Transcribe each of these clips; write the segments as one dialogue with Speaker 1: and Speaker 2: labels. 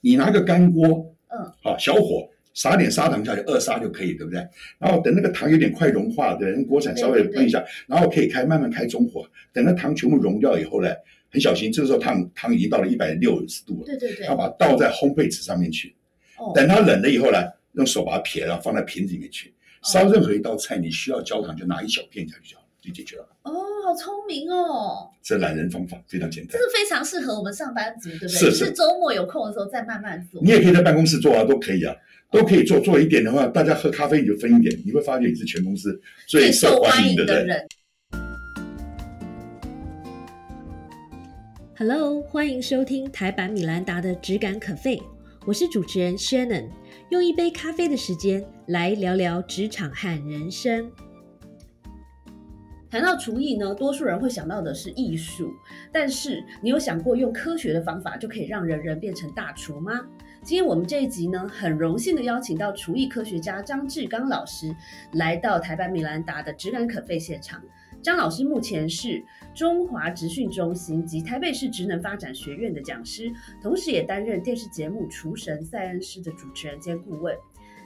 Speaker 1: 你拿个干锅，
Speaker 2: 嗯，
Speaker 1: 好，小火撒点砂糖下去，二砂就可以，对不对？然后等那个糖有点快融化，对不对，用锅铲稍微
Speaker 2: 对对对
Speaker 1: 碰一下，然后可以开慢慢开中火，等那糖全部融掉以后呢，很小心，这时候糖糖已经到了一百六十度了，
Speaker 2: 对对对，
Speaker 1: 要把它倒在烘焙纸上面去，
Speaker 2: 哦，
Speaker 1: 等它冷了以后呢，用手把它撇了，放在瓶子里面去。
Speaker 2: 哦
Speaker 1: 烧任何一道菜，你需要焦糖就拿一小片下去就好，就解决了。
Speaker 2: 哦，好聪明哦，
Speaker 1: 这懒人方法非常简
Speaker 2: 这
Speaker 1: 单，
Speaker 2: 是非常适合我们上班族，对不对？
Speaker 1: 是
Speaker 2: 就是是周末有空的时候再慢慢做
Speaker 1: 你。也可以在办公室做啊，都可以啊，都可以做。做一点的话，大家喝咖啡你就分一点，你会发觉你是全公司最受欢迎的人。
Speaker 2: 人。
Speaker 3: Hello，欢迎收听台版米兰达的《只感可废》，我是主持人 Shannon，用一杯咖啡的时间来聊聊职场和人生。
Speaker 2: 谈到厨艺呢，多数人会想到的是艺术，但是你有想过用科学的方法就可以让人人变成大厨吗？今天我们这一集呢，很荣幸的邀请到厨艺科学家张志刚老师来到台湾米兰达的质感可废现场。张老师目前是中华职训中心及台北市职能发展学院的讲师，同时也担任电视节目《厨神赛恩师》的主持人兼顾问。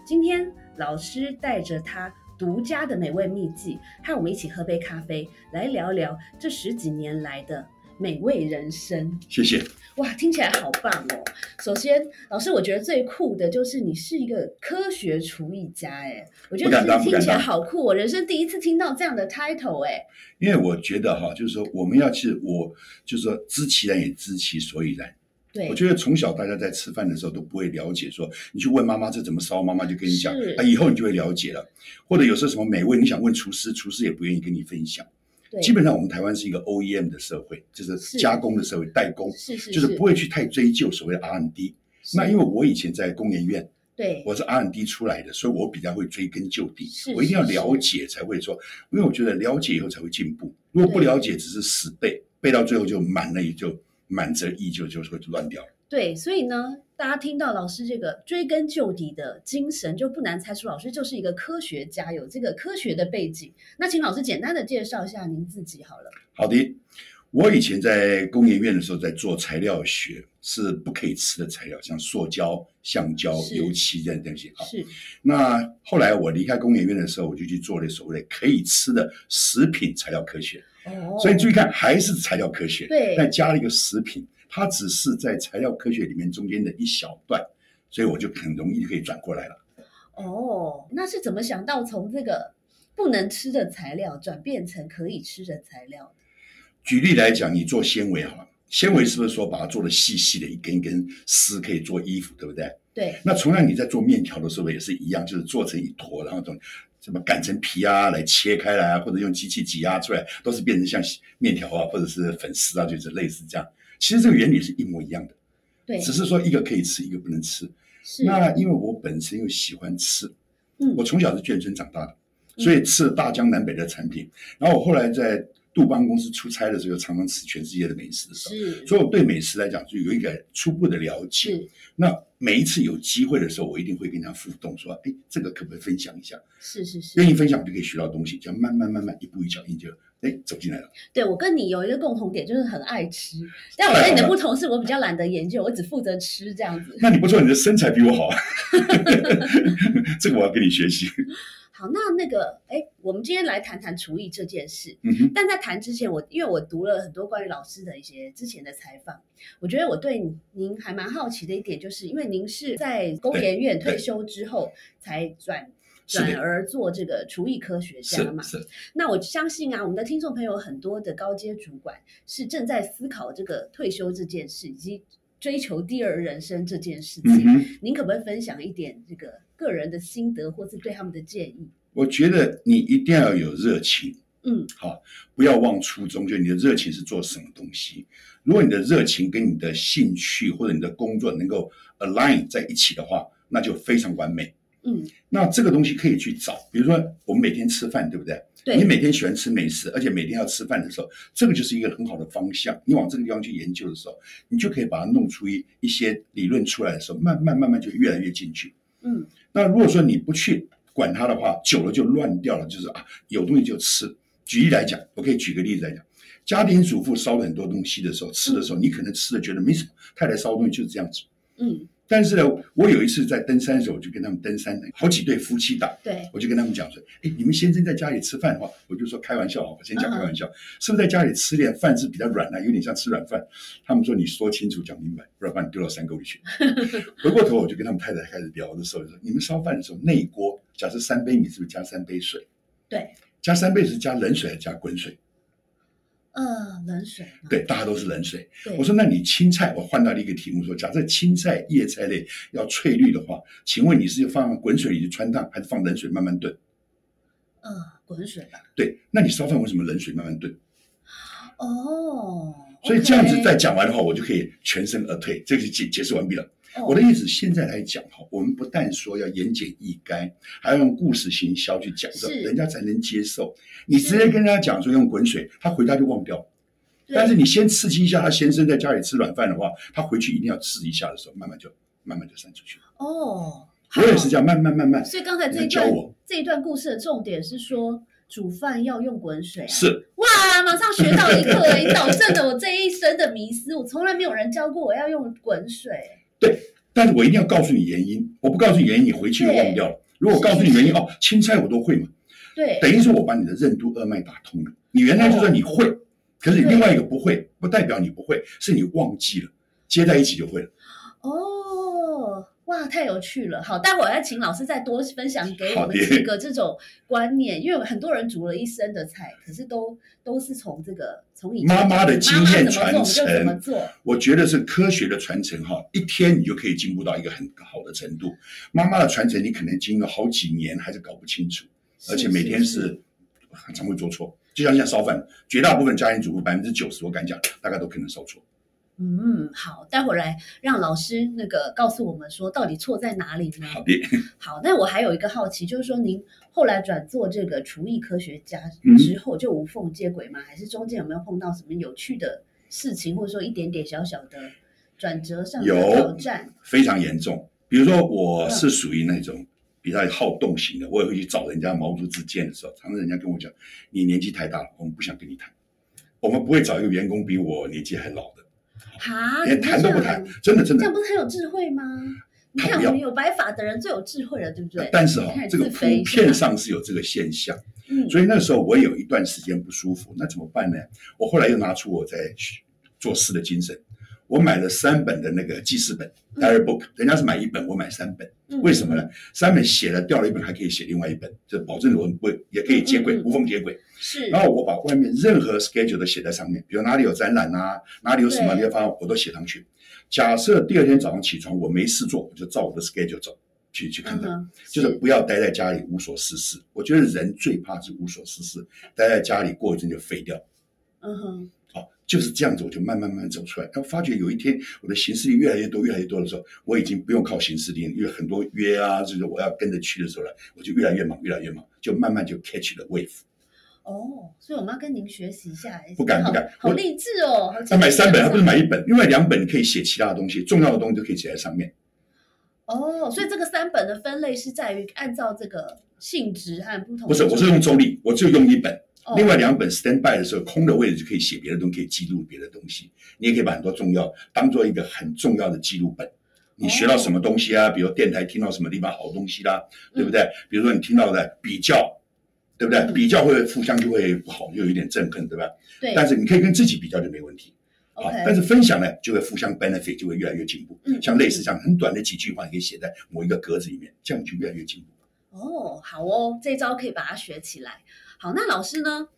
Speaker 2: 今天老师带着他独家的美味秘籍，和我们一起喝杯咖啡，来聊聊这十几年来的美味人生。
Speaker 1: 谢谢。
Speaker 2: 哇，听起来好棒哦！首先，老师，我觉得最酷的就是你是一个科学厨艺家，哎，我觉
Speaker 1: 不
Speaker 2: 得
Speaker 1: 敢当
Speaker 2: 是
Speaker 1: 不
Speaker 2: 听
Speaker 1: 敢
Speaker 2: 起来
Speaker 1: 当
Speaker 2: 好酷，哦我人生第一次听到这样的 title，哎，
Speaker 1: 因为我觉得哈，就是说我们要去，我就是说知其然也知其所以然。
Speaker 2: 对
Speaker 1: 我，觉得从小大家在吃饭的时候都不会了解说，你去问妈妈这怎么烧，妈妈就跟你讲
Speaker 2: 是，
Speaker 1: 那以后你就会了解了。或者有时候什么美味，你想问厨师，厨师也不愿意跟你分享。
Speaker 2: 对，
Speaker 1: 基本上我们台湾是一个 OEM 的社会，就是
Speaker 2: 是
Speaker 1: 加工的社会，代工，
Speaker 2: 是是
Speaker 1: 就是不会去太追究所谓的 R&D。那因为我以前在工研院，
Speaker 2: 对
Speaker 1: 我是 R&D 出来的，所以我比较会追根究底
Speaker 2: 是，
Speaker 1: 我一定要
Speaker 2: 是
Speaker 1: 了解才会说，因为我觉得了解以后才会进步，如果不
Speaker 2: 对
Speaker 1: 了解只是死背，背到最后就满了也就满则溢就就会乱掉了。
Speaker 2: 对，所以呢，大家听到老师这个追根究底的精神，就不难猜出老师就是一个科学家，有这个科学的背景。那请老师简单的介绍一下您自己好了。
Speaker 1: 好的，我以前在工研院的时候，在做材料学，是不可以吃的材料，像塑胶、橡胶、
Speaker 2: 是
Speaker 1: 油漆这样的东西啊。
Speaker 2: 是
Speaker 1: 那后来我离开工研院的时候，我就去做了所谓的可以吃的食品材料科学。
Speaker 2: 哦，
Speaker 1: 所以注意看，还是材料科学，
Speaker 2: 对
Speaker 1: 但加了一个食品，它只是在材料科学里面中间的一小段，所以我就很容易可以转过来了。
Speaker 2: 哦，那是怎么想到从这个不能吃的材料转变成可以吃的材料的？
Speaker 1: 举例来讲，你做纤维好了，纤维是不是说把它做的细细的一根一根丝可以做衣服，对不对？
Speaker 2: 对，
Speaker 1: 那同样你在做面条的时候也是一样，就是做成一坨，然后从什么擀成皮啊来切开来啊，或者用机器挤压出来，都是变成像面条啊或者是粉丝啊，就是类似这样。其实这个原理是一模一样的，
Speaker 2: 对，
Speaker 1: 只是说一个可以吃，一个不能吃。
Speaker 2: 是
Speaker 1: 那因为我本身又喜欢吃，
Speaker 2: 嗯
Speaker 1: 我从小是眷村长大的，所以吃了大江南北的产品。然后我后来在杜邦公司出差的时候，常常吃全世界的美食的时候，
Speaker 2: 是
Speaker 1: 所以我对美食来讲就有一个初步的了解。
Speaker 2: 是
Speaker 1: 那每一次有机会的时候，我一定会跟他互动，说：“哎，这个可不可以分享一下？
Speaker 2: 是是是
Speaker 1: 愿意分享，我就可以学到东西。”这样慢慢慢慢一步一脚印就哎走进来了。
Speaker 2: 对我跟你有一个共同点，就是很爱吃，但我跟你的不同是我比较懒得研究，我只负责吃这样子。
Speaker 1: 那你不错，你的身材比我好，这个我要跟你学习。
Speaker 2: 好，那那个，哎，我们今天来谈谈厨艺这件事。
Speaker 1: 嗯哼，
Speaker 2: 但在谈之前，我因为我读了很多关于老师的一些之前的采访，我觉得我对您还蛮好奇的一点，就是因为您是在工研院
Speaker 1: 对对
Speaker 2: 退休之后才转
Speaker 1: 是的
Speaker 2: 转而做这个厨艺科学
Speaker 1: 是
Speaker 2: 家嘛。
Speaker 1: 是。
Speaker 2: 那我相信啊，我们的听众朋友很多的高阶主管是正在思考这个退休这件事，以及追求第二人生这件事
Speaker 1: 嗯
Speaker 2: 情。
Speaker 1: 哼。
Speaker 2: 您可不可以分享一点这个个人的心得，或是对他们的建议？
Speaker 1: 我觉得你一定要有热情，
Speaker 2: 嗯，
Speaker 1: 好，不要忘初衷，就你的热情是做什么东西。如果你的热情跟你的兴趣或者你的工作能够 align 在一起的话，那就非常完美。
Speaker 2: 嗯，
Speaker 1: 那这个东西可以去找，比如说我们每天吃饭，对不对？
Speaker 2: 对，
Speaker 1: 你每天喜欢吃美食，而且每天要吃饭的时候，这个就是一个很好的方向。你往这个地方去研究的时候，你就可以把它弄出一一些理论出来的时候，慢慢慢慢就越来越进去。
Speaker 2: 嗯，
Speaker 1: 那如果说你不去管它的话，久了就乱掉了，就是啊，有东西就吃。举例来讲，我可以举个例子来讲，家庭
Speaker 2: 嗯
Speaker 1: 主妇烧了很多东西的时候，吃的时候，你可能吃的觉得没什么，太太烧的东西就是这样子。
Speaker 2: 嗯，
Speaker 1: 但是呢，我有一次在登山的时候，我就跟他们登山，好几对夫妻档，
Speaker 2: 对，
Speaker 1: 我就跟他们讲说，哎，你们先生在家里吃饭的话，我就说开玩笑啊，我先讲
Speaker 2: 嗯
Speaker 1: 开玩笑，是不是在家里吃点饭是比较软啊烂，有点像吃软饭？他们说你说清楚讲明白，不然把你丢到山沟里去。回过头我就跟他们太太开始聊的时候，就说你们烧饭的时候内锅，假设三杯米是不是加三杯水？
Speaker 2: 对，
Speaker 1: 加三杯是加冷水还是加滚水？
Speaker 2: 呃，冷水嘛，
Speaker 1: 对，大家都是冷水。
Speaker 2: 对，
Speaker 1: 我说那你青菜，我换到了一个题目说，假设青菜叶菜类要翠绿的话，请问你是放滚水里去穿烫，还是放冷水慢慢炖？
Speaker 2: 呃，滚水吧，
Speaker 1: 对，那你烧饭为什么冷水慢慢炖？
Speaker 2: 哦，
Speaker 1: 所以这样子
Speaker 2: OK
Speaker 1: 再讲完的话，我就可以全身而退，这个就解解释完毕了。
Speaker 2: 哦
Speaker 1: 我的意思，现在来讲哈，我们不但说要言简意赅，还要用故事行销去讲，
Speaker 2: 是
Speaker 1: 人家才能接受。你直接跟人家讲说用滚水，他回家就忘掉。但是你先刺激一下他先生在家里吃软饭的话，他回去一定要试一下的时候，慢慢就慢慢就散出去。
Speaker 2: 哦，
Speaker 1: 我也是这样，慢慢慢慢，
Speaker 2: 所以刚才这一
Speaker 1: 你教
Speaker 2: 段
Speaker 1: 我
Speaker 2: 这一段故事的重点是说，煮饭要用滚水啊。
Speaker 1: 是
Speaker 2: 哇，马上学到一课，引导正了我这一生的迷思。我从来没有人教过我要用滚水。
Speaker 1: 但是我一定要告诉你原因，我不告诉你原因，你回去就忘掉了。如果我告诉你原因哦，青菜我都会嘛，
Speaker 2: 对，
Speaker 1: 等于说我把你的任督二脉打通了。你原来就说你会，可是你另外一个不会，不代表你不会，是你忘记了，接在一起就会了。
Speaker 2: 哦，哇，太有趣了！好，待会儿要请老师再多分享给我
Speaker 1: 好
Speaker 2: 们
Speaker 1: 的
Speaker 2: 几个这种观念，因为很多人煮了一生的菜，可是都都是从这个从以前
Speaker 1: 妈妈的经验传
Speaker 2: 妈妈怎么做我们就怎么
Speaker 1: 承
Speaker 2: 做。
Speaker 1: 我觉得是科学的传承哈，一天你就可以进步到一个很好的程度。妈妈的传承，你可能经了好几年还是搞不清楚，而且每天是很常会做错。就像现在烧饭，绝大部分家庭主妇百分之九十，我敢讲，大概都可能烧错。
Speaker 2: 嗯，好，待会儿来让老师那个告诉我们说到底错在哪里呢？
Speaker 1: 好的，
Speaker 2: 好，那我还有一个好奇，就是说您后来转做这个厨艺科学家
Speaker 1: 嗯
Speaker 2: 之后，就无缝接轨吗？还是中间有没有碰到什么有趣的事情，或者说一点点小小的转折上的
Speaker 1: 有
Speaker 2: 挑战？
Speaker 1: 非常严重。比如说，
Speaker 2: 嗯
Speaker 1: 我是属于那种比较好动型的，我也会去找人家毛遂自荐的时候，常常人家跟我讲：“你年纪太大了，我们不想跟你谈。”我们不会找一个员工比我年纪还老的，
Speaker 2: 哈，
Speaker 1: 连
Speaker 2: 怎
Speaker 1: 谈
Speaker 2: 么
Speaker 1: 都不
Speaker 2: 啊这样
Speaker 1: 谈，真的真的
Speaker 2: 这样。不是很有智慧吗？你
Speaker 1: 他
Speaker 2: 看
Speaker 1: 不
Speaker 2: 我
Speaker 1: 要
Speaker 2: 们有白发的人最有智慧了，对不对？
Speaker 1: 但是哈
Speaker 2: 你看，
Speaker 1: 这个
Speaker 2: 自
Speaker 1: 普
Speaker 2: 肥是
Speaker 1: 遍
Speaker 2: 吧
Speaker 1: 上是有这个现象，
Speaker 2: 嗯，
Speaker 1: 所以那时候我有一段时间不舒服，那怎么办呢？我后来又拿出我在做事的精神，我买了三本的那个记事本
Speaker 2: 嗯
Speaker 1: （diary book），人家是买一本，我买三本。
Speaker 2: 嗯
Speaker 1: 为什么呢？？三本写了掉了一本，还可以写另外一本，就保证我们不会也可以接轨，
Speaker 2: 嗯嗯嗯
Speaker 1: 无缝接轨。
Speaker 2: 是，
Speaker 1: 然后我把外面任何 schedule 都写在上面，比如哪里有展览啊，哪里有什么
Speaker 2: 对
Speaker 1: 地方，我都写上去。假设第二天早上起床我没事做，我就照我的 schedule 走去去看
Speaker 2: 嗯
Speaker 1: 它。
Speaker 2: 哼，
Speaker 1: 就是不要待在家里无所事事。我觉得人最怕是无所事事，待在家里过一阵就废掉。
Speaker 2: 嗯哼，
Speaker 1: 好，就是这样子，我就慢慢慢慢走出来。然后发觉有一天我的行事力越来越多，越来越多的时候，我已经不用靠行事力，因为很多约啊，就是我要跟着去的时候呢，我就越来越忙，越来越忙，就慢慢就 catch 了 wave。
Speaker 2: 哦，所以我们要跟您学习一下，
Speaker 1: 不敢
Speaker 2: 好
Speaker 1: 不敢
Speaker 2: 好
Speaker 1: 我
Speaker 2: 励志哦！好
Speaker 1: 他买三本，
Speaker 2: 励
Speaker 1: 他
Speaker 2: 志哦
Speaker 1: 不是买一本，另外两本可以写其他的东西，重要的东西都可以写在上面。
Speaker 2: 哦，所以这个三本的分类是在于按照这个性质和不同的。
Speaker 1: 不是，我是用周历，我只有用一本。
Speaker 2: 哦
Speaker 1: 另外两本 stand by 的时候，空的位置就可以写别的东西，可以记录别的东西。你也可以把很多重要当做一个很重要的记录本。你学到什么东西啊？
Speaker 2: 哦
Speaker 1: 比如电台听到什么地方好东西啦，对不对？比如说你听到的比较，对不对？
Speaker 2: 嗯
Speaker 1: 比较会互相就会不好，又有点憎恨，对吧？
Speaker 2: 对，
Speaker 1: 但是你可以跟自己比较就没问题。啊
Speaker 2: OK，
Speaker 1: 但是分享呢，就会互相 benefit，就会越来越进步。
Speaker 2: 嗯
Speaker 1: 像类似这样很短的几句话，你可以写在某一个格子里面，这样就越来越进步。
Speaker 2: 哦，好哦，这招可以把它学起来。好，那老师呢？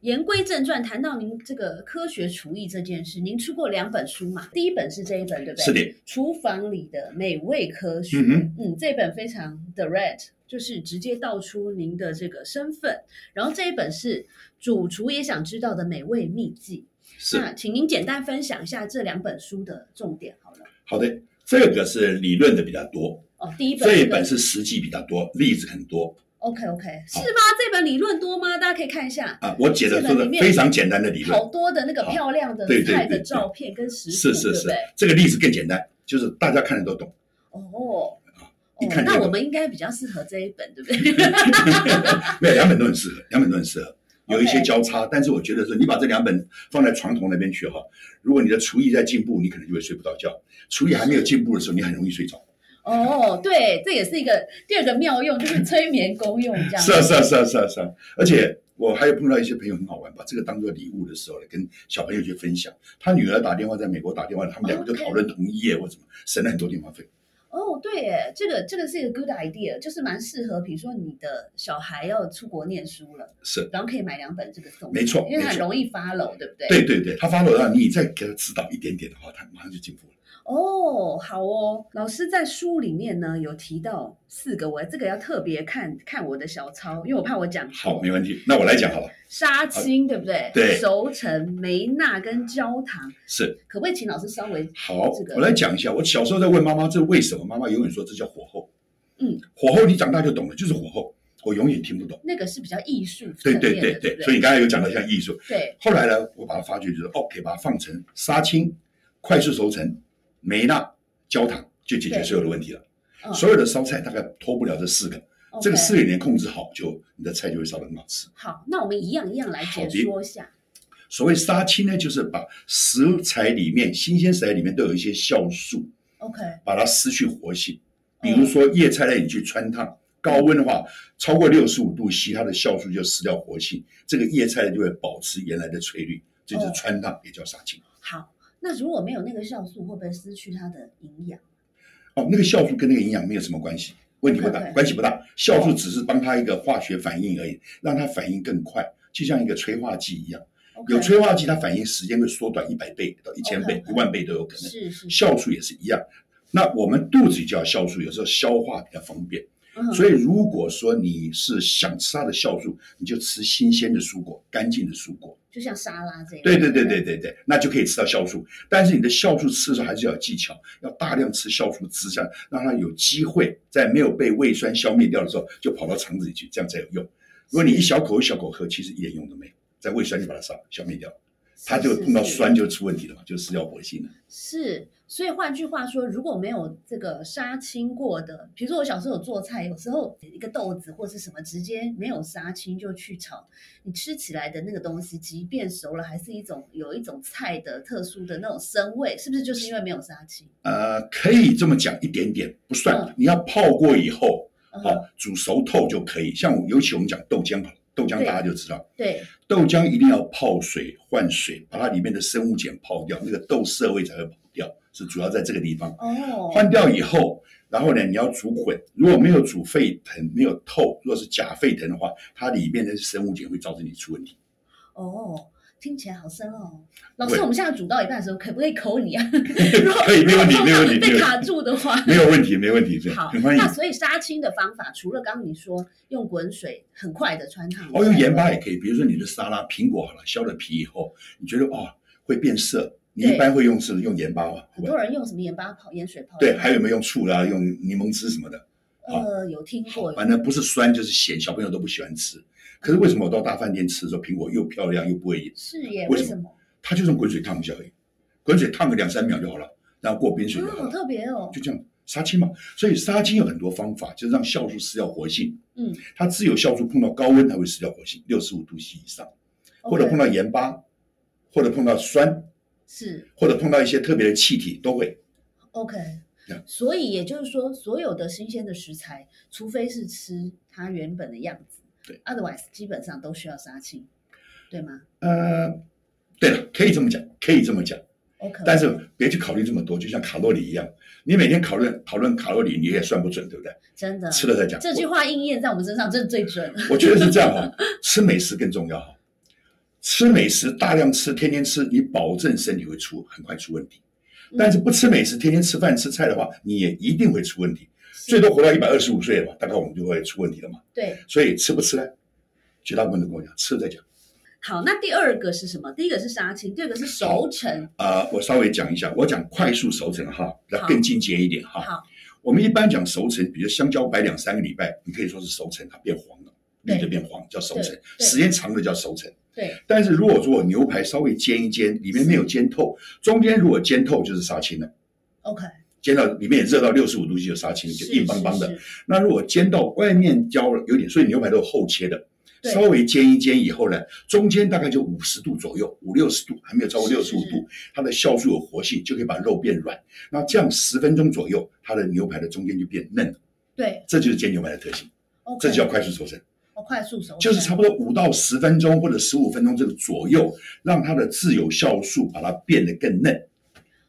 Speaker 2: 言归正传，谈到您这个科学厨艺这件事，您出过两本书嘛？第一本是这一本，对不对？
Speaker 1: 是的。
Speaker 2: 厨房里的美味科学，
Speaker 1: 嗯哼
Speaker 2: 嗯，这本非常的 red，就是直接道出您的这个身份。然后这一本是主厨也想知道的美味秘籍，
Speaker 1: 是
Speaker 2: 那请您简单分享一下这两本书的重点好了。
Speaker 1: 好的，这个是理论的比较多，
Speaker 2: 哦，第一本
Speaker 1: 这一本是实际比较多，例子很多
Speaker 2: OK OK 是吗？这本理论多吗？大家可以看一下，
Speaker 1: 啊。我解的说
Speaker 2: 这本
Speaker 1: 的
Speaker 2: 里面
Speaker 1: 非常简单的理论
Speaker 2: 好，多的那个漂亮的
Speaker 1: 好对对
Speaker 2: 菜
Speaker 1: 对
Speaker 2: 的
Speaker 1: 对
Speaker 2: 照片跟食谱，
Speaker 1: 是是
Speaker 2: 对不
Speaker 1: 是
Speaker 2: 对？，
Speaker 1: 这个例子更简单，就是大家看的都懂。
Speaker 2: 哦。哦
Speaker 1: 一看，就
Speaker 2: 那
Speaker 1: 懂
Speaker 2: 我们应该比较适合这一本，对不对？
Speaker 1: 没有两本都很适合，两本都很适合。有一些
Speaker 2: OK
Speaker 1: 交叉。但是我觉得说，你把这两本放在床头那边去哈，如果你的厨艺在进步，你可能就会睡不着觉；厨艺还没有进步的时候，你很容易睡着。
Speaker 2: 哦，对，这也是一个第二个妙用，就是催眠功用这样。
Speaker 1: 是啊，是啊，是啊，是啊，是啊。而且我还有碰到一些朋友很好玩，把这个当做礼物的时候呢，跟小朋友去分享。他女儿打电话在美国打电话，他们两个就
Speaker 2: OK
Speaker 1: 讨论同一夜或什么，省了很多电话费。
Speaker 2: 哦，对耶，这个这个是一个 good idea，就是蛮适合，比如说你的小孩要出国念书了，
Speaker 1: 是，
Speaker 2: 然后可以买两本这个送，
Speaker 1: 没错
Speaker 2: 因为
Speaker 1: 没
Speaker 2: 很
Speaker 1: 错
Speaker 2: 容易发漏，对不对？。
Speaker 1: 对对对，他发了让你再给他指导一点点的话，他马上就进步了。
Speaker 2: 哦，好哦，老师在书里面呢有提到四个，我这个要特别看看我的小抄，因为我怕我讲错。
Speaker 1: 好，没问题。那我来讲好了。
Speaker 2: 杀青对不对？
Speaker 1: 对
Speaker 2: 熟成、梅纳跟焦糖，
Speaker 1: 是
Speaker 2: 可不可以请老师稍微
Speaker 1: 好
Speaker 2: 这，个
Speaker 1: 我来讲一下。我小时候在问妈妈这为什么，妈妈永远说这叫火候。
Speaker 2: 嗯，
Speaker 1: 火候你长大就懂了，就是火候。我永远听不懂。
Speaker 2: 那个是比较艺术层
Speaker 1: 对
Speaker 2: 面
Speaker 1: 对
Speaker 2: 的，
Speaker 1: 对
Speaker 2: 对不
Speaker 1: 对，所以你刚才有讲到像艺术，
Speaker 2: 对
Speaker 1: 后来呢，我把它发掘就是哦，可以把它放成杀青、快速熟成、梅纳、焦糖，就解决
Speaker 2: 对
Speaker 1: 所有的问题了。
Speaker 2: 嗯
Speaker 1: 所有的烧菜大概脱不了这四个，这个
Speaker 2: OK
Speaker 1: 四个你控制好，就你的菜就会烧得很好吃。
Speaker 2: 好，那我们一样一样来
Speaker 1: 好
Speaker 2: 解
Speaker 1: 的
Speaker 2: 说一下。
Speaker 1: 所谓杀青呢，就是把食材里面新鲜食材里面都有一些酵素，
Speaker 2: OK，
Speaker 1: 把它失去活性。比
Speaker 2: 嗯
Speaker 1: 如说叶菜类，你去穿烫，高温的话，超过六十五度 C，它的酵素就失掉活性，这个叶菜就会保持原来的翠绿，这就是
Speaker 2: 哦
Speaker 1: 穿烫，也叫杀青。
Speaker 2: 好，那如果没有那个酵素，会不会失去它的营养？
Speaker 1: 哦，那个酵素跟那个营养没有什么关系，问题不大，
Speaker 2: OK
Speaker 1: 关系不大。酵素只是帮它一个化学反应而已，让它反应更快，就像一个催化剂一样。
Speaker 2: OK，
Speaker 1: 有催化剂，它反应时间会缩短一百倍到一千倍、
Speaker 2: OK，OK
Speaker 1: 一万倍都有可能。
Speaker 2: 是是，
Speaker 1: 酵素也是一样。那我们肚子里叫酵素，有时候消化比较方便。
Speaker 2: 嗯
Speaker 1: 所以如果说你是想吃它的酵素，你就吃新鲜的蔬果、干净的蔬果。
Speaker 2: 就像沙拉这样。
Speaker 1: 对对对
Speaker 2: 不
Speaker 1: 对。对对，那就可以吃到酵素。但是你的酵素吃的时候还是要有技巧，要大量吃酵素汁，这样让它有机会在没有被胃酸消灭掉的时候，就跑到肠子里去，这样才有用。如果你一小口一小口喝，其实一点用都没有，在胃酸就把它消消灭掉了，它
Speaker 2: 是
Speaker 1: 就是碰到
Speaker 2: 是
Speaker 1: 酸就出问题了嘛，就失掉活性了。
Speaker 2: 是，所以换句话说，如果没有这个杀青过的，比如说我小时候有做菜，有时候一个豆子或是什么直接没有杀青就去炒，你吃起来的那个东西，即便熟了，还是一种有一种菜的特殊的那种生味，是不是就是因为没有杀青？
Speaker 1: 呃，可以这么讲一点点，不算
Speaker 2: 嗯。
Speaker 1: 你要泡过以后，
Speaker 2: 嗯
Speaker 1: 啊，煮熟透就可以。像我尤其我们讲豆浆吧，豆浆
Speaker 2: 对
Speaker 1: 大家就知道。
Speaker 2: 对，
Speaker 1: 豆浆一定要泡水换水，把它里面的生物碱泡掉，那个豆涩味才会跑掉，是主要在这个地方。
Speaker 2: 哦，
Speaker 1: 换掉以后，然后呢，你要煮滚。如果没有煮沸腾，没有透，如果是假沸腾的话，它里面的生物碱会造成你出问 题。
Speaker 2: 哦，听起来好深哦。老师，
Speaker 1: 会
Speaker 2: 我们现在煮到一半的时候，可不可以口你啊？
Speaker 1: 可以，没问题，没问题，没问
Speaker 2: 被
Speaker 1: 题，
Speaker 2: 卡住的话，
Speaker 1: 没有问题，没问题，对，
Speaker 2: 好，
Speaker 1: 很欢迎
Speaker 2: 那。所以杀青的方法，除了刚刚你说用滚水很快的穿烫，
Speaker 1: 哦，用盐巴也可以，比如说你的沙拉，苹果好了，削了皮以后，你觉得哦会变色，你一
Speaker 2: 对
Speaker 1: 般会用是用盐巴吧？
Speaker 2: 很多人用什么盐巴泡、盐水泡，
Speaker 1: 对，还有没啊有用醋啦，用柠檬汁什么的？
Speaker 2: 呃有听过，
Speaker 1: 反正不是酸就是咸，小朋友都不喜欢吃。可是为什么我到大饭店吃的时候，苹果又漂亮又不会硬？
Speaker 2: 是耶，
Speaker 1: 为
Speaker 2: 为
Speaker 1: 什
Speaker 2: 什么？
Speaker 1: 它就是用滚水烫不下而已，滚水烫个两三秒就好了，然后过冰水就
Speaker 2: 啊，
Speaker 1: 好
Speaker 2: 好
Speaker 1: 了，
Speaker 2: 特别哦，
Speaker 1: 就这样杀青嘛。所以杀青有很多方法，就是让酵素失掉活性。
Speaker 2: 嗯，
Speaker 1: 它只有酵素碰到高温才会失掉活性，六十五度 C 以上，或者
Speaker 2: OK，
Speaker 1: 碰到盐巴，或者碰到酸，
Speaker 2: 是
Speaker 1: 或者碰到一些特别的气体都会。
Speaker 2: OK
Speaker 1: 对。
Speaker 2: 所以也就是说，所有的新鲜的食材，除非是吃它原本的样子，
Speaker 1: 对
Speaker 2: ，otherwise 基本上都需要杀青，对吗
Speaker 1: 呃，对了，可以这么讲，可以这么讲。
Speaker 2: 嗯？OK，
Speaker 1: 但是别去考虑这么多，就像卡路里一样，你每天讨论讨论卡路里，你也算不准，对不对？
Speaker 2: 真的
Speaker 1: 吃了再讲。
Speaker 2: 嗯这句话应验在我们身上，这是最准。
Speaker 1: 我，我觉得是这样哈、吃美食更重要哈。吃美食大量吃，天天吃，你保证身体会出很快出问题。
Speaker 2: 嗯
Speaker 1: 但是不吃美食，天天吃饭吃菜的话，你也一定会出问题，
Speaker 2: 嗯是
Speaker 1: 最多活到一百二十五岁了嘛，大概我们就会出问题了嘛。
Speaker 2: 对，
Speaker 1: 所以吃不吃呢？绝大部分都跟我讲，吃了再讲。
Speaker 2: 好，那第二个是什么？第一个是杀青，第二个是熟成。
Speaker 1: 啊、我稍微讲一下，我讲快速熟成哈，比较
Speaker 2: 好
Speaker 1: 更进阶一点哈。
Speaker 2: 好，
Speaker 1: 我们一般讲熟成，比如香蕉摆两三个礼拜，你可以说是熟成，它变黄了，
Speaker 2: 对
Speaker 1: 绿的变黄叫熟成
Speaker 2: 对，对
Speaker 1: 时间长的叫熟成。
Speaker 2: 对，
Speaker 1: 但是如果说我牛排稍微煎一煎，里面没有煎透，中间如果煎透就是杀青了，
Speaker 2: ，OK，
Speaker 1: 煎到里面也热到六十五度就杀青了，就是硬邦邦的。
Speaker 2: 是是
Speaker 1: 那如果煎到外面焦了有点，所以牛排都是厚切的，
Speaker 2: 对
Speaker 1: 稍微煎一煎以后呢，中间大概就五十度左右，五六十度，还没有超过
Speaker 2: 是
Speaker 1: 六十五
Speaker 2: 是
Speaker 1: 度，它的酵素有活性，就可以把肉变软。那这样十分钟左右，它的牛排的中间就变嫩了，
Speaker 2: 对
Speaker 1: 这就是煎牛排的特性，
Speaker 2: ，OK，
Speaker 1: 这就叫快速熟成。
Speaker 2: 哦快速熟成，
Speaker 1: 就是差不多五到十分钟或者十五分钟这个左右，让它的自由酵素把它变得更嫩。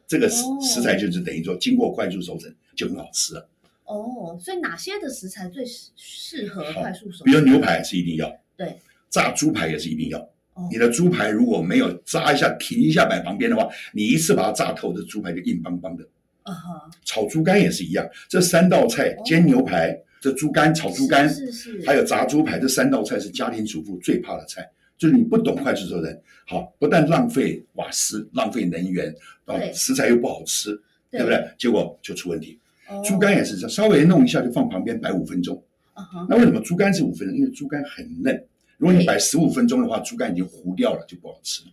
Speaker 1: 这个食
Speaker 2: 哦
Speaker 1: 食材就是等于说经过快速熟成就很好吃了。
Speaker 2: 哦。所以哪些的食材最适适合
Speaker 1: 好
Speaker 2: 快速熟成？
Speaker 1: 比如牛排是一定要，
Speaker 2: 对，
Speaker 1: 炸猪排也是一定要
Speaker 2: 哦。
Speaker 1: 你的猪排如果没有炸一下停一下摆旁边的话，你一次把它炸透，这猪排就硬邦邦的。
Speaker 2: 啊哈，
Speaker 1: 炒猪肝也是一样，这三道菜
Speaker 2: 哦
Speaker 1: 煎牛排、这猪肝、炒哦猪肝，
Speaker 2: 是是是
Speaker 1: 还有炸猪排，这三道菜是家庭主妇最怕的菜。就是你不懂快速熟成，好，不但浪费瓦斯、浪费能源，啊
Speaker 2: 对，
Speaker 1: 食材又不好吃，对不？对？结果就出问题。
Speaker 2: 哦
Speaker 1: 猪肝也是这样，稍微弄一下就放旁边摆五分钟。
Speaker 2: 啊哈，
Speaker 1: 那为什么猪肝是五分钟？因为猪肝很嫩，如果你
Speaker 2: 对
Speaker 1: 摆十五分钟的话，猪肝已经糊掉了，就不好吃。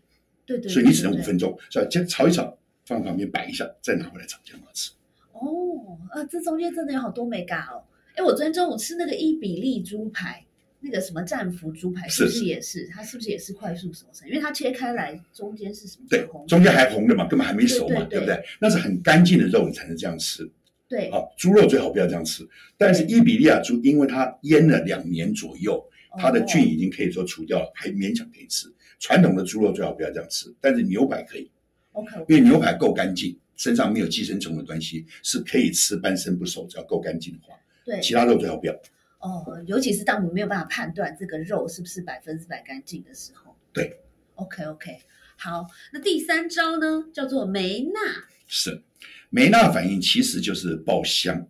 Speaker 2: 对对，
Speaker 1: 所以你只
Speaker 2: 对
Speaker 1: 能
Speaker 2: 对
Speaker 1: 五分钟，所以先炒一炒，放旁边摆一下，再拿回来炒就很好吃。
Speaker 2: 哦，啊，这中间真的有好多美感哦。哎，我昨天中午吃那个伊比利猪排，那个什么战斧猪排，是不
Speaker 1: 是
Speaker 2: 是也是？它是不是也是快速熟成？因为它切开来中间是什么？
Speaker 1: 对
Speaker 2: 红，
Speaker 1: 中间还红的嘛，根本还没熟嘛，
Speaker 2: 对对对
Speaker 1: 对不对？那是很干净的肉，你才能这样吃。
Speaker 2: 对，
Speaker 1: 啊，猪肉最好不要这样吃。但是伊比利亚猪，因为它腌了两年左右，它的菌
Speaker 2: 哦
Speaker 1: 已经可以说除掉了，还勉强可以吃。传统的猪肉最好不要这样吃，但是牛排可以，
Speaker 2: ，OK，
Speaker 1: 因为牛排够干净，身上没有寄生虫的关系，是可以吃半生不熟，只要够干净的话。
Speaker 2: 对，
Speaker 1: 其他肉最好不要。
Speaker 2: 哦，尤其是当我们没有办法判断这个肉是不是百分之百干净的时候，
Speaker 1: 对
Speaker 2: ，OK OK，好，那第三招呢，叫做梅纳。
Speaker 1: 是，梅纳反应其实就是爆香，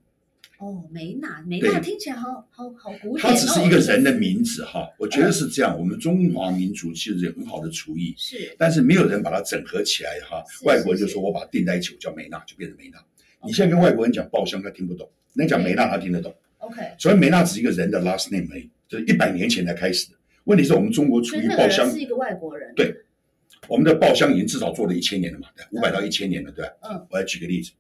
Speaker 2: 哦，梅纳，梅纳
Speaker 1: 对
Speaker 2: 听起来好好好古典哦。
Speaker 1: 它只是一个人的名字哈。我觉得是这样，我们中华民族其实有很好的厨艺，
Speaker 2: 是
Speaker 1: 但是没有人把它整合起来哈
Speaker 2: 是。
Speaker 1: 外国人就是说我把它定在一起，我叫梅纳，就变成梅纳。你现在跟外国人讲爆香，他听不懂；你讲梅纳，他听得懂。
Speaker 2: OK，
Speaker 1: 所以梅纳只是一个人的 last name 而已，就是一百年前才开始的。问题是我们中国厨
Speaker 2: 所以
Speaker 1: 艺
Speaker 2: 那
Speaker 1: 爆
Speaker 2: 个
Speaker 1: 香
Speaker 2: 人，是一个外国人。
Speaker 1: 对我们的爆香已经至少做了一千年了嘛，对，五百到一千年了，对吧？
Speaker 2: 嗯，
Speaker 1: 我来举个例子，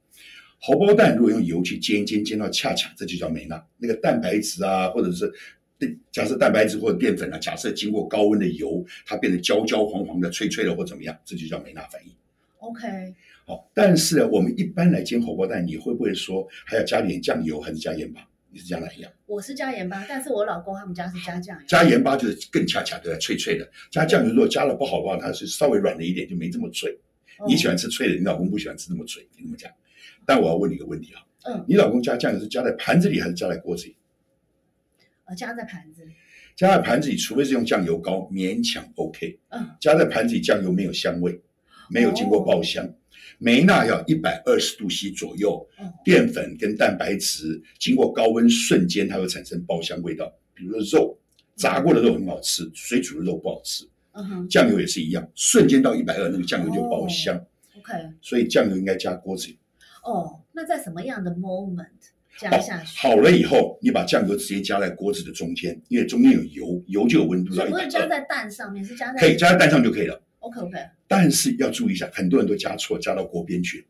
Speaker 1: 荷包蛋如果用油去煎一煎，煎到恰恰，这就叫梅纳。那个蛋白质啊，或者是假设蛋白质或者淀粉啊，假设经过高温的油，它变得焦焦黄黄的、脆脆的或怎么样，这就叫梅纳反应。
Speaker 2: OK，
Speaker 1: 好，但是呢，我们一般来煎荷包蛋，你会不会说还要加点酱油，还是加盐巴？你是加哪一样？
Speaker 2: 我是加盐巴，但是我老公他们家是加酱油。
Speaker 1: 加盐巴就是更恰恰的脆脆的，加酱油如果加了不好的话，它是稍微软了一点，就没这么脆。
Speaker 2: 哦
Speaker 1: 你喜欢吃脆的，你老公不喜欢吃那么脆，你怎么讲？但我要问你一个问题啊，
Speaker 2: 嗯
Speaker 1: 你老公加酱油是加在盘子里还是加在锅子里？
Speaker 2: 呃加在盘子里。
Speaker 1: 加在盘子里，除非是用酱油膏，勉强 OK。
Speaker 2: 嗯，
Speaker 1: 加在盘子里，酱油没有香味，没有经过爆香。梅纳要一百二十度 C 左右，
Speaker 2: 哦
Speaker 1: 淀粉跟蛋白质经过高温瞬间，它会产生爆香味道。比如说肉，炸过的肉很好吃，水煮的肉不好吃。
Speaker 2: 嗯哼
Speaker 1: 酱油也是一样，瞬间到一百二，那个酱油就爆香。
Speaker 2: 哦，OK，
Speaker 1: 所以酱油应该加锅子里。
Speaker 2: 哦，那在什么样的 moment 加
Speaker 1: 好
Speaker 2: 下，去？
Speaker 1: 好了以后，你把酱油直接加在锅子的中间，因为中间有油，油就有温度
Speaker 2: 所
Speaker 1: 到
Speaker 2: 以
Speaker 1: 一
Speaker 2: 不
Speaker 1: 百
Speaker 2: 是加
Speaker 1: 二，
Speaker 2: 在蛋上面，是加在
Speaker 1: 可以加在蛋上就可以了。
Speaker 2: OK OK，
Speaker 1: 但是要注意一下，很多人都加错，加到锅边去。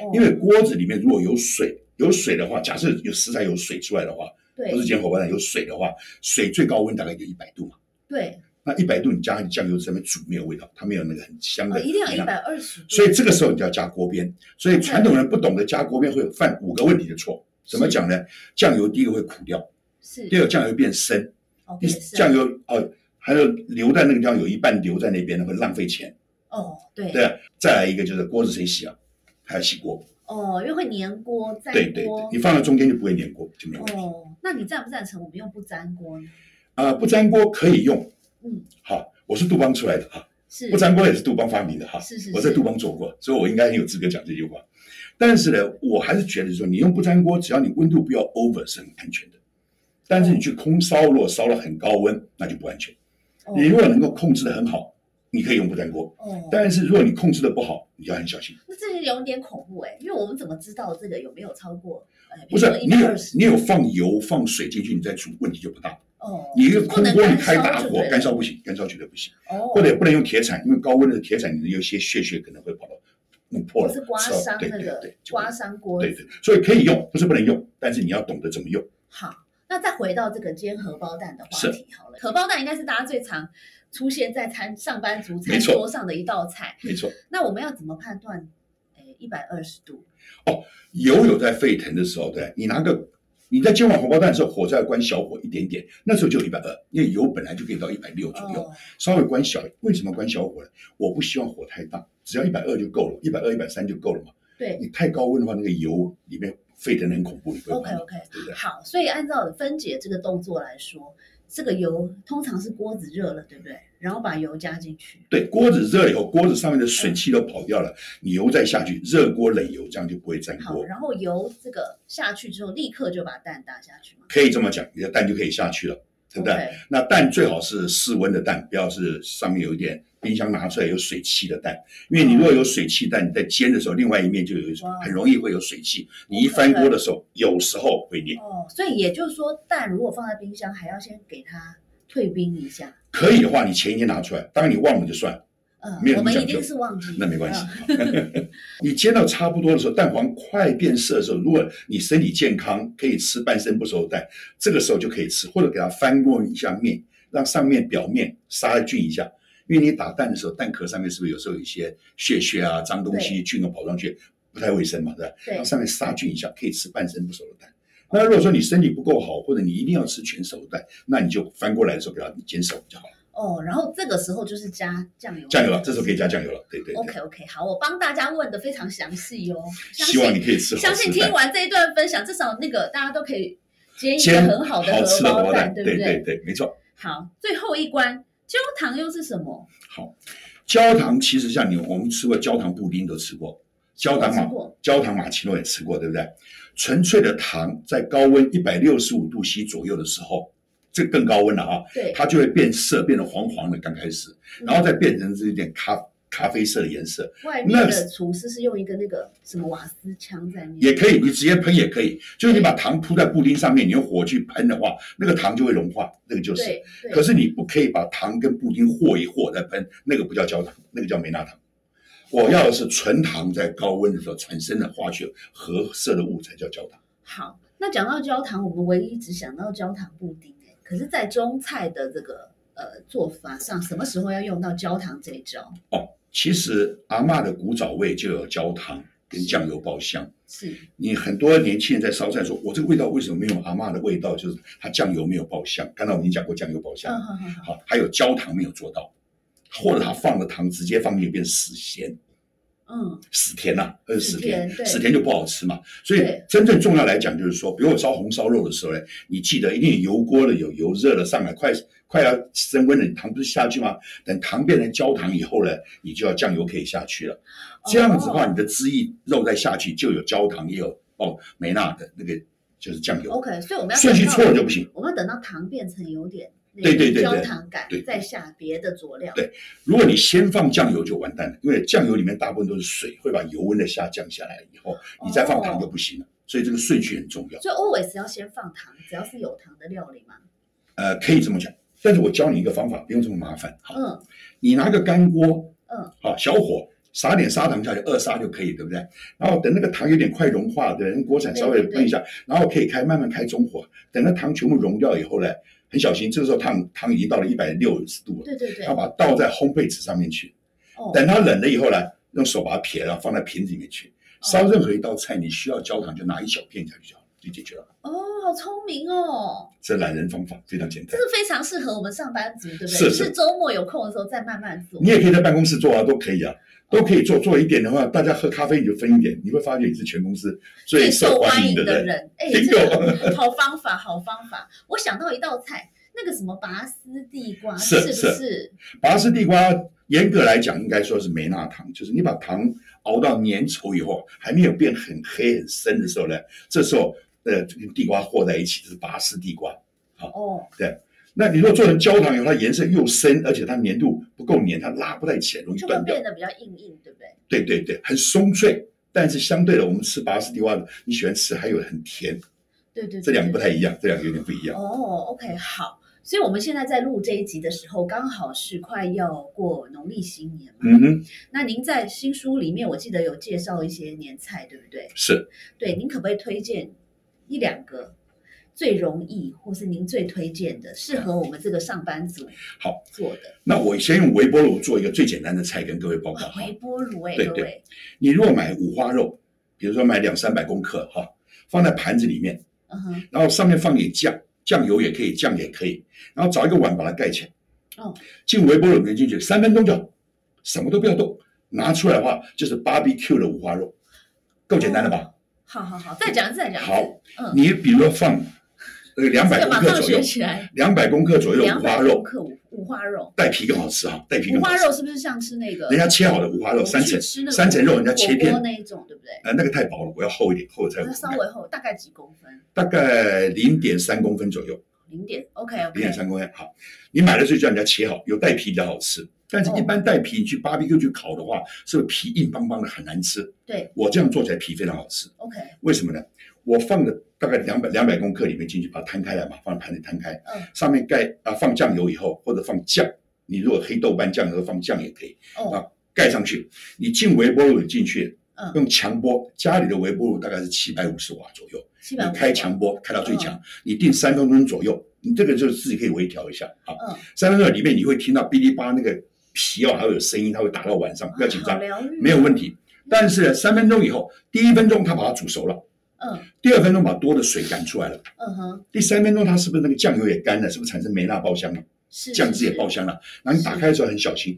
Speaker 2: 哦
Speaker 1: 因为锅子里面如果有水，有水的话，假设有食材有水出来的话，
Speaker 2: 对
Speaker 1: 不是煎荷包蛋有水的话，水最高温大概就一百度嘛。
Speaker 2: 对，
Speaker 1: 那一百度你加酱油在那边煮没有味道，它没有那个很香
Speaker 2: 哦
Speaker 1: 的。
Speaker 2: 一定要一百二十度。
Speaker 1: 所以这个时候你就要加锅边。所以传统人不懂得加锅边会犯五个问题的错。怎么讲呢？酱油第一个会苦掉，
Speaker 2: 是
Speaker 1: 第二个酱油变深，
Speaker 2: 哦
Speaker 1: 第
Speaker 2: 也
Speaker 1: 四
Speaker 2: 是
Speaker 1: 酱油哦还有留在那个地方有一半留在那边的会浪费钱。
Speaker 2: 哦对
Speaker 1: 对啊，再来一个就是锅子谁洗啊？还要洗锅。
Speaker 2: 哦，因为会粘锅粘
Speaker 1: 对对对
Speaker 2: 锅，
Speaker 1: 你放在中间就不会粘锅，就没有问题。
Speaker 2: 哦，那你赞不赞成我们用不粘锅呢？
Speaker 1: 啊，不粘锅可以用。
Speaker 2: 嗯，
Speaker 1: 好，我是杜邦出来的哈，
Speaker 2: 是
Speaker 1: 不粘锅也是杜邦发明的哈。
Speaker 2: 是是是
Speaker 1: 我在杜邦做过，所以我应该很有资格讲这句话。但是呢，我还是觉得说，你用不粘锅，只要你温度不要 over 是很安全的。但是你去空烧，如果烧了很高温，那就不安全。
Speaker 2: 哦
Speaker 1: 你如果能够控制的很好，你可以用不粘锅。
Speaker 2: 哦，
Speaker 1: 但是如果你控制的不好，你就要很小心。
Speaker 2: 那这有点恐怖哎，因为我们怎么知道这个有没有超过？呃
Speaker 1: 不是
Speaker 2: 比
Speaker 1: 你
Speaker 2: 如说
Speaker 1: 有
Speaker 2: 120
Speaker 1: 你有放油放水进去，你再煮，问题就不大。
Speaker 2: 哦，
Speaker 1: 你一个
Speaker 2: 不
Speaker 1: 空
Speaker 2: 能
Speaker 1: 锅你
Speaker 2: 干
Speaker 1: 开
Speaker 2: 烧
Speaker 1: 大
Speaker 2: 就
Speaker 1: 火
Speaker 2: 对，了
Speaker 1: 干烧不行，干烧绝对不行。
Speaker 2: 哦，
Speaker 1: 或者也不能用铁铲，因为高温的铁铲，你有些屑屑可能会跑到弄破了，
Speaker 2: 是刮
Speaker 1: 刺到
Speaker 2: 伤
Speaker 1: 对
Speaker 2: 那
Speaker 1: 对
Speaker 2: 个
Speaker 1: 对，就
Speaker 2: 刮伤锅
Speaker 1: 对
Speaker 2: 子。
Speaker 1: 对，所以可以用，不是不能用，但是你要懂得怎么用。
Speaker 2: 好，那再回到这个煎荷包蛋的话
Speaker 1: 是
Speaker 2: 题好了，荷包蛋应该是大家最常出现在餐上班族餐
Speaker 1: 没错
Speaker 2: 桌上的一道菜。
Speaker 1: 没错。
Speaker 2: 那我们要怎么判断？诶，一百二十度，
Speaker 1: 油有在沸腾的时候，对你拿个你在煎完荷包蛋的时候，火再关小火一点点，那时候就一百二，因为油本来就可以到一百六左右，
Speaker 2: 哦，
Speaker 1: 稍微关小。为什么关小火呢？我不希望火太大，只要一百二就够了，一百二、一百三就够了嘛。
Speaker 2: 对
Speaker 1: 你太高温的话，那个油里面沸腾的很恐怖，你不会
Speaker 2: ，OK
Speaker 1: 看到
Speaker 2: OK，
Speaker 1: 对不对？
Speaker 2: 好，所以按照分解这个动作来说，这个油通常是锅子热了，对不对？然后把油加进去，
Speaker 1: 对，锅子热了以后，锅子上面的水汽都跑掉了，你油再下去，热锅冷油，这样就不会粘
Speaker 2: 好，
Speaker 1: 锅。
Speaker 2: 然后油这个下去之后，立刻就把蛋打下去嘛，
Speaker 1: 可以这么讲，你的蛋就可以下去了，对不对
Speaker 2: OK，
Speaker 1: 那蛋最好是室温的蛋，不要是上面有一点冰箱拿出来有水汽的蛋，因为你如果有水汽蛋，你在煎的时候，另外一面就有一种
Speaker 2: 哇
Speaker 1: 很容易会有水汽，你一翻锅的时候，有时候会裂。
Speaker 2: 哦，所以也就是说，蛋如果放在冰箱，还要先给它退冰一下。
Speaker 1: 可以的话，你前一天拿出来，当然你忘了就算，
Speaker 2: 嗯
Speaker 1: 没有，
Speaker 2: 我
Speaker 1: 那么
Speaker 2: 们一
Speaker 1: 讲究
Speaker 2: 定是忘记，
Speaker 1: 那没关系
Speaker 2: 嗯。
Speaker 1: 你煎到差不多的时候，蛋黄快变色的时候，如果你身体健康，可以吃半生不熟的蛋，这个时候就可以吃，或者给它翻过一下面，让上面表面杀菌一下。因为你打蛋的时候，蛋壳上面是不是有时候有一些屑屑啊、脏东西、菌都跑上去，不太卫生嘛，对吧？
Speaker 2: 对
Speaker 1: 让上面杀菌一下，可以吃半生不熟的蛋。那如果说你身体不够好，或者你一定要吃全熟的蛋，那你就翻过来的时候给它煎熟就好了。
Speaker 2: 哦，然后这个时候就是加酱油，
Speaker 1: 酱油了，这时候可以加酱油了，对对对。
Speaker 2: OK OK，好，我帮大家问的非常详细哦，相
Speaker 1: 希望
Speaker 2: 信
Speaker 1: 你可以吃好吃
Speaker 2: 相
Speaker 1: 的
Speaker 2: 信
Speaker 1: 蛋
Speaker 2: 听完这一段分享，至少那个大家都可以煎一个
Speaker 1: 煎
Speaker 2: 很好的荷
Speaker 1: 吃的
Speaker 2: 包
Speaker 1: 荷包蛋，
Speaker 2: 对不
Speaker 1: 对对对，没错。
Speaker 2: 好，最后一关，焦糖又是什么？
Speaker 1: 好，焦糖其实像你我们吃过焦糖布丁都吃过，焦糖
Speaker 2: 我
Speaker 1: 马
Speaker 2: 吃过
Speaker 1: 焦糖马奇诺也吃过，对不对？纯粹的糖在高温一百六十五度 C 左右的时候，这更高温了啊，
Speaker 2: 对，
Speaker 1: 它就会变色，变得黄黄的，刚开始，
Speaker 2: 嗯
Speaker 1: 然后再变成这一点咖咖啡色的颜色，
Speaker 2: 外面
Speaker 1: 那
Speaker 2: 的厨师是用一个那个什么瓦斯枪在面，
Speaker 1: 也可以，你直接喷也可以，就是你把糖铺在布丁上面，你用火去喷的话，那个糖就会融化，那个就是。
Speaker 2: 对对，
Speaker 1: 可是你不可以把糖跟布丁和一和再喷，那个不叫焦糖，那个叫梅纳糖。我要的是纯糖在高温的时候产生的化学合色的物才叫焦糖。
Speaker 2: 好，那讲到焦糖，我们唯一只想到焦糖布丁、欸，可是，在中菜的这个呃做法上，什么时候要用到焦糖这一招？
Speaker 1: 其实阿嬷的古早味就有焦糖跟酱油爆香。
Speaker 2: 是
Speaker 1: 你很多年轻人在烧菜说，我这个味道为什么没有阿嬷的味道？就是它酱油没有爆香。刚才我们已经讲过酱油爆香，
Speaker 2: 嗯，好好好，
Speaker 1: 好，还有焦糖没有做到，或者它放的糖直接放进去变死咸。
Speaker 2: 嗯，
Speaker 1: 死甜呐、呃，
Speaker 2: 死
Speaker 1: 死甜
Speaker 2: 甜，对
Speaker 1: 死甜就不好吃嘛。所以
Speaker 2: 对
Speaker 1: 真正重要来讲，就是说，比如我烧红烧肉的时候呢，你记得一定油锅了，有油热了上来，快快要升温了，你糖不是下去吗？等糖变成焦糖以后呢，你就要酱油可以下去了。这样子的话，
Speaker 2: 哦
Speaker 1: 你的汁液肉再下去就有焦糖，也有哦梅纳的那个就是酱油，
Speaker 2: OK，所以我们要
Speaker 1: 顺序
Speaker 2: 等
Speaker 1: 错
Speaker 2: 到
Speaker 1: 了就不行。
Speaker 2: 我们要等到糖变成有点那
Speaker 1: 对对
Speaker 2: 个
Speaker 1: 对对
Speaker 2: 焦糖感
Speaker 1: 对，
Speaker 2: 再下别的佐料。
Speaker 1: 对如果你先放酱油就完蛋了，因为酱油里面大部分都是水，会把油温的下降下来以后，你再放糖就不行了。所以这个顺序很重要。
Speaker 2: 所以 always 要先放糖，只要是有糖的料理嘛。
Speaker 1: 呃，可以这么讲。但是我教你一个方法，不用这么麻烦。好，
Speaker 2: 嗯，
Speaker 1: 你拿个干锅，
Speaker 2: 嗯，
Speaker 1: 好，小火撒点砂糖下去，二砂就可以，对不对？然后等那个糖有点快融化，等锅铲稍微
Speaker 2: 对对对
Speaker 1: 喷一下，然后可以开慢慢开中火，等那糖全部融掉以后呢，很小心，这个时候糖糖已经到了一百六十度了，
Speaker 2: 对对对
Speaker 1: 要。把它倒在烘焙纸上面去。
Speaker 2: 哦，
Speaker 1: 等它冷了以后呢，用手把它撇了，放在瓶子里面去。
Speaker 2: 哦
Speaker 1: 烧任何一道菜，你需要焦糖就拿一小片下去就好了，就解决了。
Speaker 2: 哦，好聪明哦，
Speaker 1: 这懒人方法非常简单
Speaker 2: 这。是非常适合我们上班族，对不对？
Speaker 1: 是是
Speaker 2: 就是周末有空的时候再慢慢做
Speaker 1: 你。也可以在办公室做啊，都可以啊，都可以做。做一点的话，大家喝咖啡你就分一点，你会发觉你是全公司最受欢迎的
Speaker 2: 的
Speaker 1: 人。
Speaker 2: 人， 哎，
Speaker 1: 真
Speaker 2: 这
Speaker 1: 的
Speaker 2: 个 好方法，好方法。我想到一道菜，那个什么拔丝地瓜，
Speaker 1: 是
Speaker 2: 不
Speaker 1: 是
Speaker 2: 是？
Speaker 1: 拔丝地瓜，严格来讲应该说是梅纳糖，就是你把糖熬到粘稠以后，还没有变很黑很深的时候呢，这时候呃这个地瓜和在一起就是拔丝地瓜。
Speaker 2: 哦，
Speaker 1: 那你如果做成焦糖以后，它颜色又深，而且它粘度不够粘，它拉不太起来，容易
Speaker 2: 就会
Speaker 1: 断掉
Speaker 2: 变。得比较硬硬，对不对？
Speaker 1: 对对对，很松脆。但是相对的，我们吃拔丝地瓜，你喜欢吃还有很甜，
Speaker 2: 对对，对
Speaker 1: 这两个
Speaker 2: 对
Speaker 1: 不太一样，这两个有点不一样。
Speaker 2: 哦，OK，好。所以我们现在在录这一集的时候，刚好是快要过农历新年嘛。
Speaker 1: 嗯哼。
Speaker 2: 那您在新书里面，我记得有介绍一些年菜，对不对？
Speaker 1: 是
Speaker 2: 对，您可不可以推荐一两个最容易，或是您最推荐的，适合我们这个上班族
Speaker 1: 好
Speaker 2: 做的
Speaker 1: 那我先用微波炉做一个最简单的菜跟各位报告
Speaker 2: 哇
Speaker 1: 哈
Speaker 2: 微。波炉哎，
Speaker 1: 对
Speaker 2: 各
Speaker 1: 对
Speaker 2: 位，
Speaker 1: 你如果买五花肉，比如说买两三百公克哈，放在盘子里面，
Speaker 2: 嗯哼，
Speaker 1: 然后上面放点酱，酱油也可以，酱也可以，然后找一个碗把它盖起来，
Speaker 2: 哦，
Speaker 1: 进微波炉里面进去三分钟就好，什么都不要动，拿出来的话就是 barbecue 的五花肉，够简单了吧？
Speaker 2: 好好好，再讲再讲，
Speaker 1: 好，
Speaker 2: 嗯，
Speaker 1: 你比如说放呃两百
Speaker 2: 这个
Speaker 1: 公
Speaker 2: 马
Speaker 1: 克
Speaker 2: 上
Speaker 1: 左右
Speaker 2: 学，起来，
Speaker 1: 两百公克左右
Speaker 2: 两
Speaker 1: 五花
Speaker 2: 百
Speaker 1: 肉，
Speaker 2: 克五五花肉，
Speaker 1: 带皮更好吃哈，带皮
Speaker 2: 五
Speaker 1: 更好
Speaker 2: 花
Speaker 1: 吃。
Speaker 2: 肉是不是像吃那个
Speaker 1: 人家切好的五花
Speaker 2: 我
Speaker 1: 肉
Speaker 2: 们
Speaker 1: 三
Speaker 2: 去
Speaker 1: 层
Speaker 2: 吃那，个
Speaker 1: 三层肉人家切片
Speaker 2: 火锅，那一种，对不对？
Speaker 1: 呃，那个太薄了，我要厚一点，厚的才
Speaker 2: 那
Speaker 1: 好
Speaker 2: 稍
Speaker 1: 看
Speaker 2: 微厚，大概几公分？
Speaker 1: 大概零点三公分左右，
Speaker 2: 零点，OK
Speaker 1: 零点
Speaker 2: OK，
Speaker 1: 三公分。好，你买的时候叫人家切好，有带皮比较好吃。但是
Speaker 2: 哦，
Speaker 1: 一般带皮你去 barbecue 去烤的话，是不是皮硬邦邦的，很难吃。
Speaker 2: 对
Speaker 1: 我这样做起来皮非常好吃，
Speaker 2: ，OK，
Speaker 1: 为什么呢？我放的大概两百两百公克里面进去，把它摊开来嘛，放在盘里摊开，
Speaker 2: 嗯，
Speaker 1: 上面盖啊放酱油以后，或者放酱，你如果黑豆瓣酱油放酱也可以，
Speaker 2: 哦，
Speaker 1: 啊盖上去。你进微波炉里进去，
Speaker 2: 嗯，
Speaker 1: 用强波，家里的微波炉大概是七百五十瓦左右。
Speaker 2: 七百
Speaker 1: 你
Speaker 2: 五，嗯
Speaker 1: 开强，波开到最强，你定三分钟左右，你这个就自己可以微调一下啊。
Speaker 2: 嗯，
Speaker 1: 三分钟里面你会听到哔哩吧啦那个皮哦，还会有声音，它会打到晚上，不要紧
Speaker 2: 嗯好
Speaker 1: 张，
Speaker 2: 疗愈，
Speaker 1: 没有问，题。但是呢，三分钟以后，第一分钟它把它煮熟了，
Speaker 2: 嗯
Speaker 1: 第二分钟把多的水赶出来了，
Speaker 2: 嗯哼，
Speaker 1: 第三分钟它是不是那个酱油也干了？是不是产生梅辣爆香了？
Speaker 2: 是
Speaker 1: 酱汁也爆
Speaker 2: 香，
Speaker 1: 香了？然后你打开的时候很小心，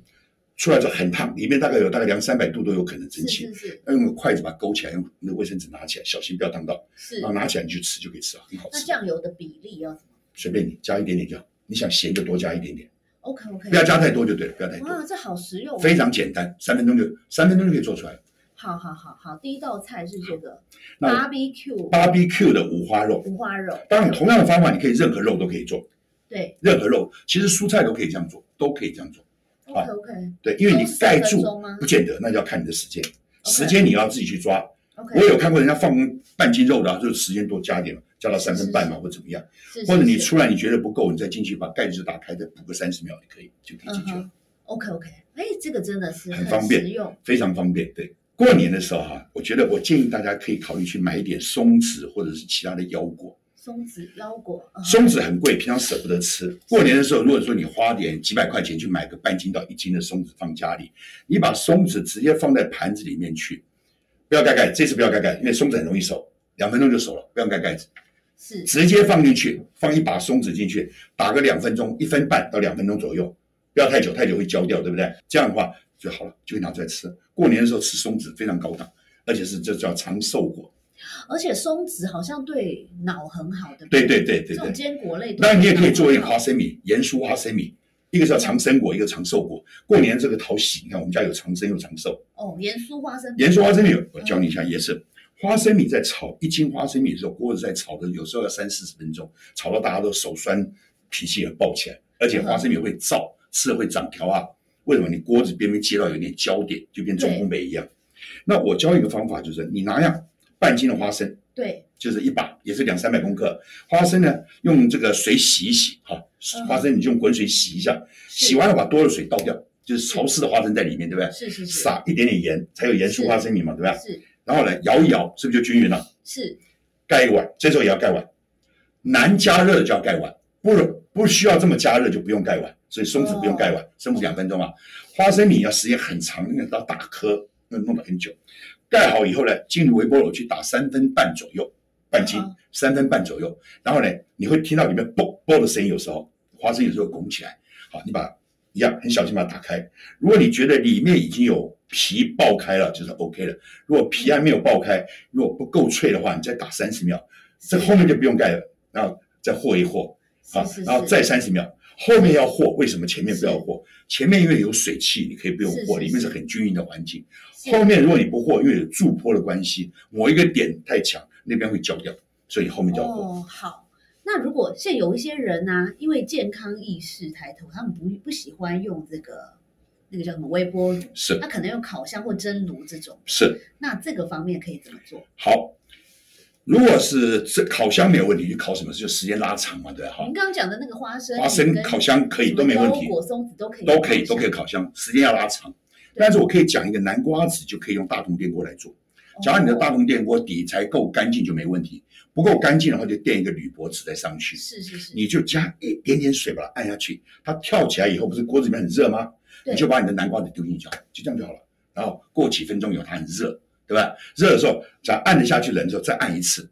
Speaker 1: 出来的时候很烫，里面大概有大概两三百度都有可能
Speaker 2: 是
Speaker 1: 蒸汽。
Speaker 2: 是是
Speaker 1: 要用筷子把它勾起来，用那个卫生纸拿起来，小心不要烫到。
Speaker 2: 是
Speaker 1: 然后，拿起来你去吃就可以吃了，很好
Speaker 2: 那
Speaker 1: 吃。
Speaker 2: 酱油的比例要怎么
Speaker 1: 随便你加一点点就好，你想咸就多加一点点，
Speaker 2: ？OK OK，
Speaker 1: 不要加太多就对了，不要太
Speaker 2: 嗯哇，
Speaker 1: 多，
Speaker 2: 这好实用哦，
Speaker 1: 非常简单，三分钟就三分钟就可以做出来了。
Speaker 2: 好好好好，第一道菜是这个
Speaker 1: 那
Speaker 2: barbecue
Speaker 1: barbecue 的五花肉，
Speaker 2: 五花肉，
Speaker 1: 当然同样的方法，你可以任何肉都可以做，
Speaker 2: 对
Speaker 1: 任何肉其实蔬菜都可以这样做，都可以这样做。
Speaker 2: ，OK OK，
Speaker 1: 对，啊因为你盖
Speaker 2: 都是三分
Speaker 1: 住
Speaker 2: 钟吗
Speaker 1: 不见得，那就要看你的时间，时间你要自己去抓。
Speaker 2: OK，
Speaker 1: 我有看过人家放半斤肉的啊，就是时间多加点嘛，加到三分半嘛，
Speaker 2: 是
Speaker 1: 或怎么样，
Speaker 2: 是，
Speaker 1: 或者你
Speaker 2: 是
Speaker 1: 出来你觉得不够，你再进去把盖子打开，再补个三十秒就可以，就可以进去了。
Speaker 2: 嗯 OK OK，哎，这个真的是
Speaker 1: 很方便
Speaker 2: 实用，
Speaker 1: 非常方便。对，过年的时候哈、我觉得我建议大家可以考虑去买一点松子或者是其他的腰果。
Speaker 2: 松子腰果，嗯
Speaker 1: 松子很贵，平常舍不得吃。过年的时候，如果说你花点几百块钱去买个半斤到一斤的松子放家里，你把松子直接放在盘子里面去，不要盖盖，这次不要盖盖，因为松子很容易熟，两分钟就熟了，不用盖盖子，
Speaker 2: 是
Speaker 1: 直接放进去，放一把松子进去，打个两分钟，一分半到两分钟左右，不要太久，太久会焦掉，对不对？这样的话就好了，就可以拿出来吃。过年的时候吃松子非常高档，而且是这叫长寿果。
Speaker 2: 而且松子好像对脑很好，对不
Speaker 1: 对
Speaker 2: 对
Speaker 1: 对对对
Speaker 2: 这种
Speaker 1: 对。
Speaker 2: 坚果类，
Speaker 1: 当然你也可以做一个
Speaker 2: 好
Speaker 1: 花，生米，盐酥花生米，一个叫长生果，一个长寿果。过年这个讨喜，你看我们家有长生有长寿。
Speaker 2: 哦，盐酥花生，
Speaker 1: 盐酥花生米，我教你一下，也是花生米在炒一斤花生米的时候，锅子在炒的，有时候要三四十分钟，炒到大家都手酸，脾气也爆起来，而且花生米会燥，吃了会长条啊。为什么？你锅子边边接到有点焦点，就变中
Speaker 2: 对
Speaker 1: 红梅一样。那我教一个方法，就是你拿样半斤的花生，
Speaker 2: 对，
Speaker 1: 就是一把，也是两三百公克花生呢，用这个水洗一洗，哈、
Speaker 2: 嗯
Speaker 1: 花生你就用滚水洗一下，
Speaker 2: 是
Speaker 1: 洗完了把多的水倒掉，就是潮湿的花生在里面，对不对？
Speaker 2: 是是是，
Speaker 1: 撒一点点盐，才有盐
Speaker 2: 是
Speaker 1: 酥花生米嘛，对吧？
Speaker 2: 是
Speaker 1: 然后呢，摇一摇，是不是就均匀了？
Speaker 2: 是
Speaker 1: 盖一碗，这时候也要盖碗，难加热的就要盖碗，不不需要这么加热就不用盖碗，所以松子不用盖碗，松子两分钟啊。花生米要时间很长，那个要打颗，那弄了很久。盖好以后呢，进入微波炉去打三分半左右，半斤
Speaker 2: 嗯，
Speaker 1: 三分半左右。然后呢，你会听到里面啵啵的声音，有时候花生有时候拱起来。好，你把一样很小心把它打开。如果你觉得里面已经有皮爆开了，就是 OK 了。如果皮还没有爆开，如果不够脆的话，你再打三十秒，这后面就不用盖了，然后再和一和啊
Speaker 2: 是是，
Speaker 1: 然后
Speaker 2: 是
Speaker 1: 再三十秒。后面要和，为什么前面不要和？前面因为有水汽，你可以不用
Speaker 2: 是
Speaker 1: 和，
Speaker 2: 是
Speaker 1: 里面是
Speaker 2: 是
Speaker 1: 很均匀的环境。
Speaker 2: 是
Speaker 1: 后面如果你不和，因为有驻坡的关系，某一个点太强，那边会焦掉，所以后面就要和。
Speaker 2: 哦，好。那如果现在有一些人呢、啊因为健康意识抬头，他们不不喜欢用这个那个叫什么微波炉，
Speaker 1: 是
Speaker 2: 他可能用烤箱或蒸炉这种。
Speaker 1: 是
Speaker 2: 那这个方面可以怎么做？
Speaker 1: 好。如果是这烤箱没有问题，就烤什么就时间拉长嘛，对哈
Speaker 2: 您。刚刚讲的那个花生，
Speaker 1: 花生烤箱可以都没问题，
Speaker 2: 果松子都可以，
Speaker 1: 都
Speaker 2: 哦
Speaker 1: 可以都可以。烤箱，时间要拉长。但是我可以讲一个南瓜子就可以用大同电锅来做。假如你的大铜电锅底才够干净就没问题，不够干净的话就垫一个铝箔纸再上去，
Speaker 2: 是是是，
Speaker 1: 你就加一点点水把它按下去，它跳起来以后不是锅子里面很热吗？
Speaker 2: 对
Speaker 1: 你就把你的南瓜子丢进去，就这样就好了。然后过几分钟以后它很热，对吧？热的时候只要按了下去冷之后再按一次，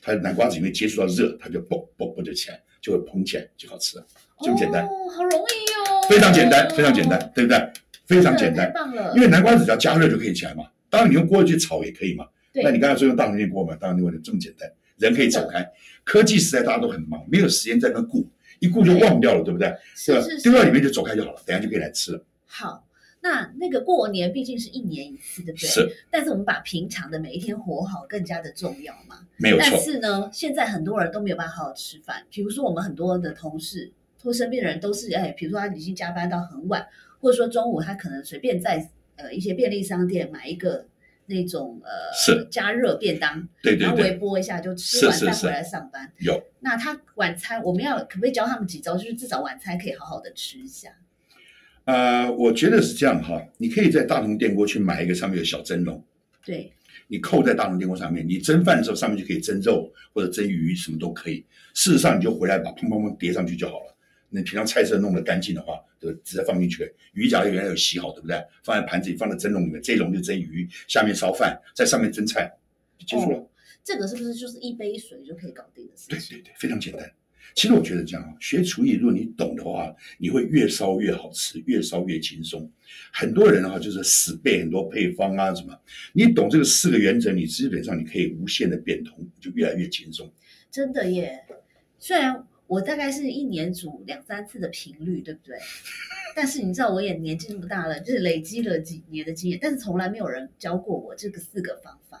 Speaker 1: 它的南瓜子因为接触到热，它就嘣嘣嘣就起来，就会蓬起来，就好吃了，这么简单，
Speaker 2: 哦，好容易哦，
Speaker 1: 非常简单，非常简单，对不对？非常简单
Speaker 2: 太。棒了，
Speaker 1: 因为南瓜子只要加热就可以起来嘛。当然你用锅去炒也可以嘛。
Speaker 2: 对
Speaker 1: 那你刚才说用大铜电锅嘛，大铜电锅就这么简单，人可以走开。科技时代大家都很忙，没有时间在那顾，一顾就忘掉了，对不对？
Speaker 2: 是
Speaker 1: 吧
Speaker 2: 是
Speaker 1: 丢到里
Speaker 2: 是，
Speaker 1: 面就走开就好了，等下就可以来吃了。
Speaker 2: 好。那那个过年毕竟是一年一次，对不对？
Speaker 1: 是，
Speaker 2: 但是我们把平常的每一天活好更加的重要嘛。
Speaker 1: 没有
Speaker 2: 但
Speaker 1: 错。
Speaker 2: 是呢，现在很多人都没有办法好好吃饭。比如说，我们很多的同事或身边的人都是，哎，比如说他已经加班到很晚，或者说中午他可能随便在呃一些便利商店买一个那种呃
Speaker 1: 是
Speaker 2: 加热便当，
Speaker 1: 对对
Speaker 2: 然后微
Speaker 1: 对，
Speaker 2: 波一下就吃
Speaker 1: 是
Speaker 2: 完
Speaker 1: 是
Speaker 2: 饭
Speaker 1: 是
Speaker 2: 回来上班。
Speaker 1: 有。
Speaker 2: 那他晚餐我们要可不可以教他们几招，就是至少晚餐可以好好的吃一下？
Speaker 1: 呃，我觉得是这样哈，你可以在大铜电锅去买一个上面有小蒸笼，
Speaker 2: 对，
Speaker 1: 你扣在大铜电锅上面，你蒸饭的时候上面就可以蒸肉或者蒸鱼，什么都可以。事实上，你就回来把砰砰砰叠上去就好了。那平常菜色弄得干净的话，就直接放进去。鱼假如原来有洗好，对不对？放在盘子里，放在蒸笼里面，这一笼就蒸鱼，下面烧饭，在上面蒸菜，就结束了。
Speaker 2: 哦这个是不是就是一杯水就可以搞定的事
Speaker 1: 对
Speaker 2: 情？
Speaker 1: 对对，非常简单。其实我觉得这样啊，学厨艺，如果你懂的话，你会越烧越好吃，越烧越轻松。很多人哈、就是死背很多配方啊什么，你懂这个四个原则，你基本上你可以无限的变通，就越来越轻松。
Speaker 2: 真的耶！虽然我大概是一年煮两三次的频率，对不对？但是你知道我也年纪那么大了，就是累积了几年的经验，但是从来没有人教过我这个四个方法。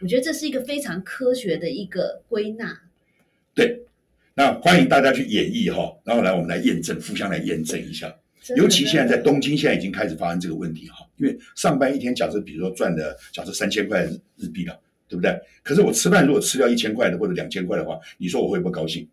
Speaker 2: 我觉得这是一个非常科学的一个归纳。
Speaker 1: 对，那欢迎大家去演绎哈、然后来我们来验证，互相来验证一下。
Speaker 2: 真的
Speaker 1: 尤其现在在
Speaker 2: 真的
Speaker 1: 东京，现在已经开始发生这个问题哈，因为上班一天，假设比如说赚的，假设三千块日币了，对不对？可是我吃饭如果吃掉一千块的或者两千块的话，你说我会不会高兴？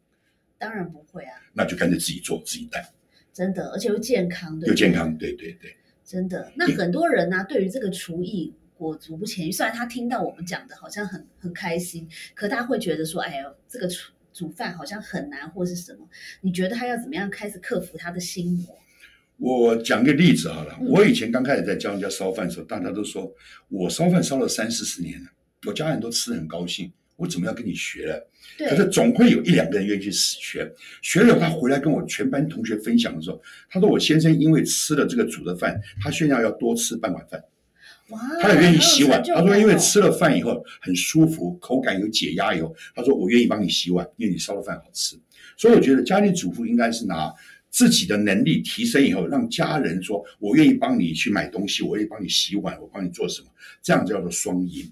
Speaker 2: 当然不会啊，
Speaker 1: 那就干脆自己做自己带，
Speaker 2: 真的，而且又健康，对不对
Speaker 1: 又健，康。对对对，
Speaker 2: 真的。那很多人呢、对于这个厨艺。裹足不前，虽然他听到我们讲的好像很很开心，可他会觉得说，哎呀，这个煮煮饭好像很难，或是什么？你觉得他要怎么样开始克服他的心魔？
Speaker 1: 我讲个例子好了，
Speaker 2: 嗯
Speaker 1: 我以前刚开始在教人家烧饭的时候，大家都说我烧饭烧了三四十年了，我家人都吃得很高兴，我怎么要跟你学呢？
Speaker 2: 对
Speaker 1: 可，是总会有一两个人愿意去学。学了他回来跟我全班同学分享的时候，他说我先生因为吃了这个煮的饭，他炫耀要多吃半碗饭，
Speaker 2: 哇，
Speaker 1: 他也愿意洗碗。
Speaker 2: 好有成就
Speaker 1: 他
Speaker 2: 感
Speaker 1: 说因为
Speaker 2: 哦
Speaker 1: 吃了饭以后很舒服，口感有解压以后，他说我愿意帮你洗碗，因为你烧的饭好吃。所以我觉得家庭主妇应该是拿。自己的能力提升以后，让家人说：“我愿意帮你去买东西，我愿意帮你洗碗，我帮你做什么。”这样叫做双赢。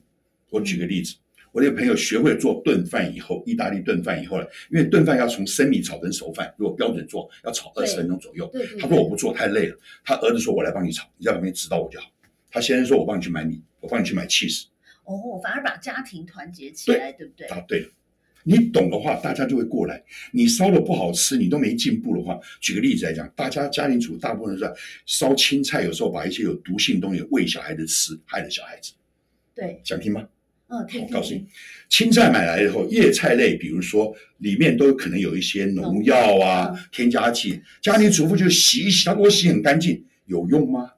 Speaker 1: 我举个例子，我那个朋友学会做炖饭以后，意大利炖饭以后呢，因为炖饭要从生米炒成熟饭，如果标准做要炒二十分钟左右。
Speaker 2: 对对，
Speaker 1: 他说我
Speaker 2: 不
Speaker 1: 不做太累了，他儿子说我来帮你炒，你在旁边指导我就好。他先生说我帮你去买米，我帮你去买 cheese。
Speaker 2: 哦，反而把家庭团结起来，对不对？
Speaker 1: 答对了，你懂的话，大家就会过来。你烧的不好吃，你都没进步的话，举个例子来讲，大家家庭主妇大部分是烧青菜，有时候把一些有毒性东西喂小孩子吃，害了小孩子。
Speaker 2: 对，
Speaker 1: 想听吗？
Speaker 2: 嗯，
Speaker 1: 我
Speaker 2: 听
Speaker 1: 告
Speaker 2: 听
Speaker 1: 诉你
Speaker 2: 听，，
Speaker 1: 青菜买来以后，叶菜类，比如说里面都可能有一些农药啊
Speaker 2: 农药、
Speaker 1: 添加剂，家庭主妇就洗一洗，她给我洗很干净，有用吗？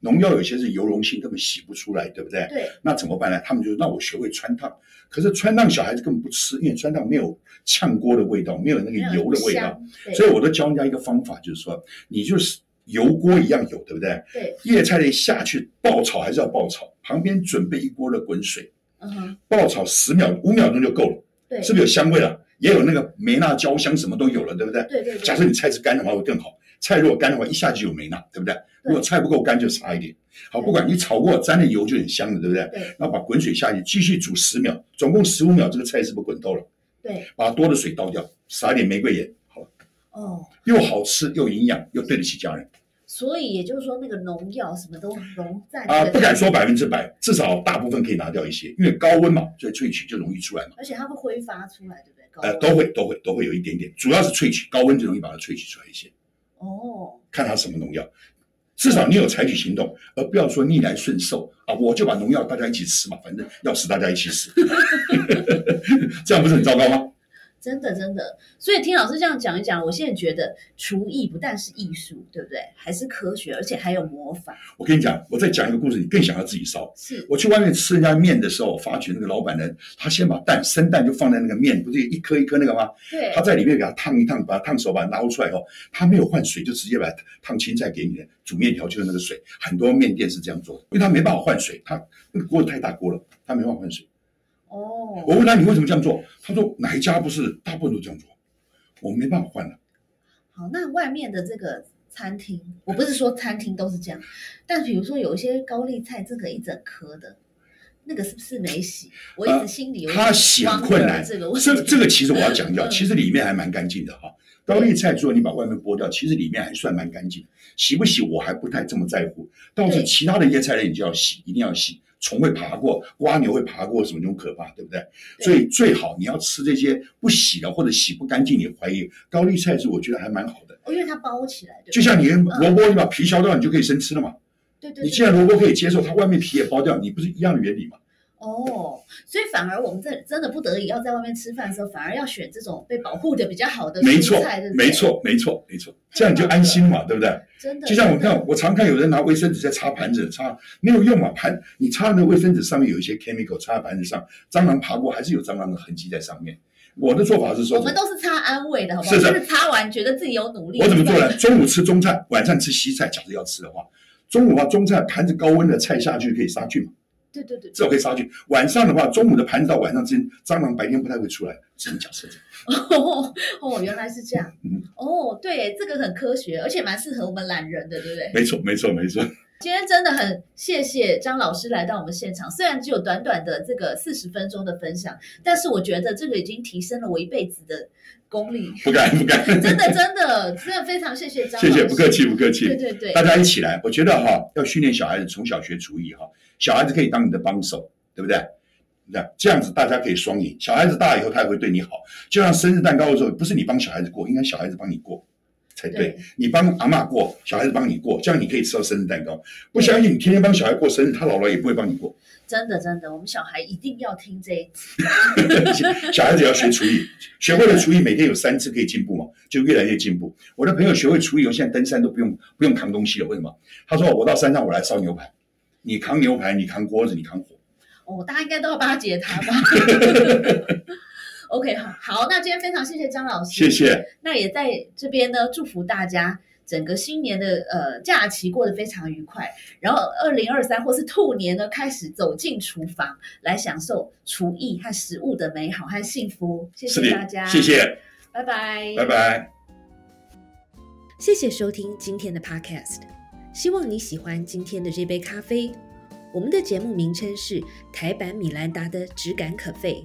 Speaker 1: 农药有些是油溶性，根本洗不出来，对不对？
Speaker 2: 对，
Speaker 1: 那怎么办呢？他们就让我学会穿烫，可是穿烫小孩子根本不吃，因为穿烫没有炝锅的味道，没有那个
Speaker 2: 没有
Speaker 1: 油的味道，
Speaker 2: 香，对
Speaker 1: 所以我都教人家一个方法，就是说，你就是油锅一样有，对不对？
Speaker 2: 对，
Speaker 1: 叶菜类下去爆炒还是要爆炒，旁边准备一锅的滚水。
Speaker 2: 嗯哼，
Speaker 1: 爆炒十秒、五秒钟就够了，
Speaker 2: 对，
Speaker 1: 是不是有香味了？也有那个梅纳焦香，什么都有了，对不对？
Speaker 2: 对对对，
Speaker 1: 假设你菜是干的话会更好，菜如果干的话一下就有梅纳，对不对？如果菜不够干就差一点。好，
Speaker 2: 对
Speaker 1: 不管你炒过沾了油就很香了，对不对？
Speaker 2: 对
Speaker 1: 那把滚水下去继续煮十秒，总共十五秒，这个菜是不是滚透了？
Speaker 2: 对，
Speaker 1: 把多的水倒掉，撒点玫瑰盐，好了，
Speaker 2: 哦，
Speaker 1: 又好吃又营养，又对得起家人
Speaker 2: 所以也就是说，那个农药什么都融在
Speaker 1: 啊！
Speaker 2: 那个
Speaker 1: 不敢说百分之百，至少大部分可以拿掉一些，因为高温嘛，所以萃取就容易出来嘛。
Speaker 2: 而且它会挥发出来，对不对？高
Speaker 1: 呃，都
Speaker 2: 温
Speaker 1: 会都会都会有一点点，主要是萃取，高温就容易把它萃取出来一些，
Speaker 2: 哦，
Speaker 1: 看它什么农药。至少你有采取行动，而不要说逆来顺受啊！我就把农药大家一起吃嘛，反正要死大家一起死， 这样不是很糟糕吗？
Speaker 2: 真的真的。所以听老师这样讲一讲，我现在觉得厨艺不但是艺术，对不对？还是科学，而且还有魔法。
Speaker 1: 我跟你讲，我再讲一个故事，你更想要自己烧。
Speaker 2: 是
Speaker 1: 我去外面吃人家面的时候，我发觉那个老板呢，他先把蛋生蛋就放在那个面，不是一颗一颗那个吗？
Speaker 2: 对
Speaker 1: 他在里面给它烫一烫，把它烫熟，把它捞出来哦。他没有换水，就直接把它烫青菜给你的煮面条就是那个水。很多面店是这样做的，因为他没办法换水，他那个锅太大锅了，他没办法换水。
Speaker 2: 哦，
Speaker 1: 我问他你为什么这样做，他说哪一家不是大部分都这样做，我们没办法换了。
Speaker 2: 好，那外面的这个餐厅，我不是说餐厅都是这样，但比如说有一些高丽菜，这个一整颗的，那个是不是没洗？我一直心里有一
Speaker 1: 他
Speaker 2: 种
Speaker 1: 呃洗很
Speaker 2: wonder
Speaker 1: 困难，
Speaker 2: 这个问
Speaker 1: 这
Speaker 2: 题，
Speaker 1: 这个其实我要讲一讲，
Speaker 2: 嗯
Speaker 1: 其实里面还蛮干净的哈。高丽菜除了你把外面剥掉，其实里面还算蛮干净。洗不洗我还不太这么在乎，倒是
Speaker 2: 对
Speaker 1: 其他的叶菜类你就要洗，一定要洗。虫会爬过，瓜牛会爬过，什么那种可怕，对不对？
Speaker 2: 对
Speaker 1: 所以最好你要吃这些不洗的或者洗不干净，你怀疑高丽菜是我觉得还蛮好的。
Speaker 2: 哦因为它包起来，对不对
Speaker 1: 就像你萝卜，你把皮削掉，你就可以生吃了嘛。
Speaker 2: 对对，
Speaker 1: 你
Speaker 2: 对
Speaker 1: 既然萝卜可以接受，它外面皮也剥掉，你不是一样的原理吗？
Speaker 2: 哦，所以反而我们这真的不得已要在外面吃饭的时候，反而要选这种被保护的比较好的
Speaker 1: 没
Speaker 2: 蔬
Speaker 1: 错
Speaker 2: 菜，对，不对
Speaker 1: 没，错，没错，没错，
Speaker 2: 太
Speaker 1: 这样你就
Speaker 2: 棒了
Speaker 1: 安心嘛，对不对？
Speaker 2: 真的。
Speaker 1: 就像我
Speaker 2: 真的
Speaker 1: 看，我常看有人拿卫生纸在擦盘子，擦没有用嘛，盘你擦的那个卫生纸上面有一些 chemical，擦在盘子上，蟑螂爬过还是有蟑螂的痕迹在上面。我的做法是说，
Speaker 2: 我们都是擦安慰的，好不好？
Speaker 1: 是
Speaker 2: 就
Speaker 1: 的
Speaker 2: 是擦完觉得自己有努力。
Speaker 1: 我怎么
Speaker 2: 是吧
Speaker 1: 做呢？中午吃中菜，晚上吃西菜。假设要吃的话，中午啊中菜盘子高温的菜下去可以杀菌嘛，
Speaker 2: 对对对，
Speaker 1: 至少可以杀菌。晚上的话，中午的盘子到晚上之间，蟑螂白天不太会出来，只能假设这样。
Speaker 2: 哦哦，原来是这样
Speaker 1: 嗯。
Speaker 2: 哦，对，这个很科学，而且蛮适合我们懒人的，对不对？
Speaker 1: 没错，没错，没错。
Speaker 2: 今天真的很谢谢张老师来到我们现场，虽然只有短短的这个四十分钟的分享，但是我觉得这个已经提升了我一辈子的功力。
Speaker 1: 不敢， 不敢。
Speaker 2: 真的，真的，真的非常谢谢张老
Speaker 1: 谢
Speaker 2: 师，
Speaker 1: 谢，不客气，不客气。
Speaker 2: 对对对
Speaker 1: 大，家一起来。我觉得哈，要训练小孩子从小学厨艺哈，小孩子可以当你的帮手，对不对？那这样子大家可以双赢。小孩子大以后他也会对你好，就像生日蛋糕的时候，不是你帮小孩子过，应该小孩子帮你过才对。
Speaker 2: 对
Speaker 1: 你帮阿嬷过，小孩子帮你过，这样你可以吃到生日蛋糕。不相信你天天帮小孩过生日，他老了也不会帮你过。
Speaker 2: 真的真的，我们小孩一定要听这一集。
Speaker 1: 小孩子也要学厨艺，学会了厨艺，每天有三次可以进步嘛，就越来越进步。我的朋友学会厨艺以后，现在登山都不用不用扛东西了，为什么？他说我到山上我来烧牛排，你扛牛排，你扛锅子，你扛火。
Speaker 2: 哦，大家应该都要巴结他吧。OK，好，好，那今天非常谢谢张老师，
Speaker 1: 谢谢，
Speaker 2: 那也在这边呢，祝福大家整个新年的呃假期过得非常愉快，然后二零二三或是兔年呢，开始走进厨房来享受厨艺和食物的美好和幸福。谢
Speaker 1: 是
Speaker 2: 谢大家，
Speaker 1: 的，谢，谢，
Speaker 2: 拜拜，
Speaker 1: 拜。拜。
Speaker 3: 谢谢收听今天的 Podcast，希望你喜欢今天的这杯咖啡。我们的节目名称是台版米兰达的质感可废，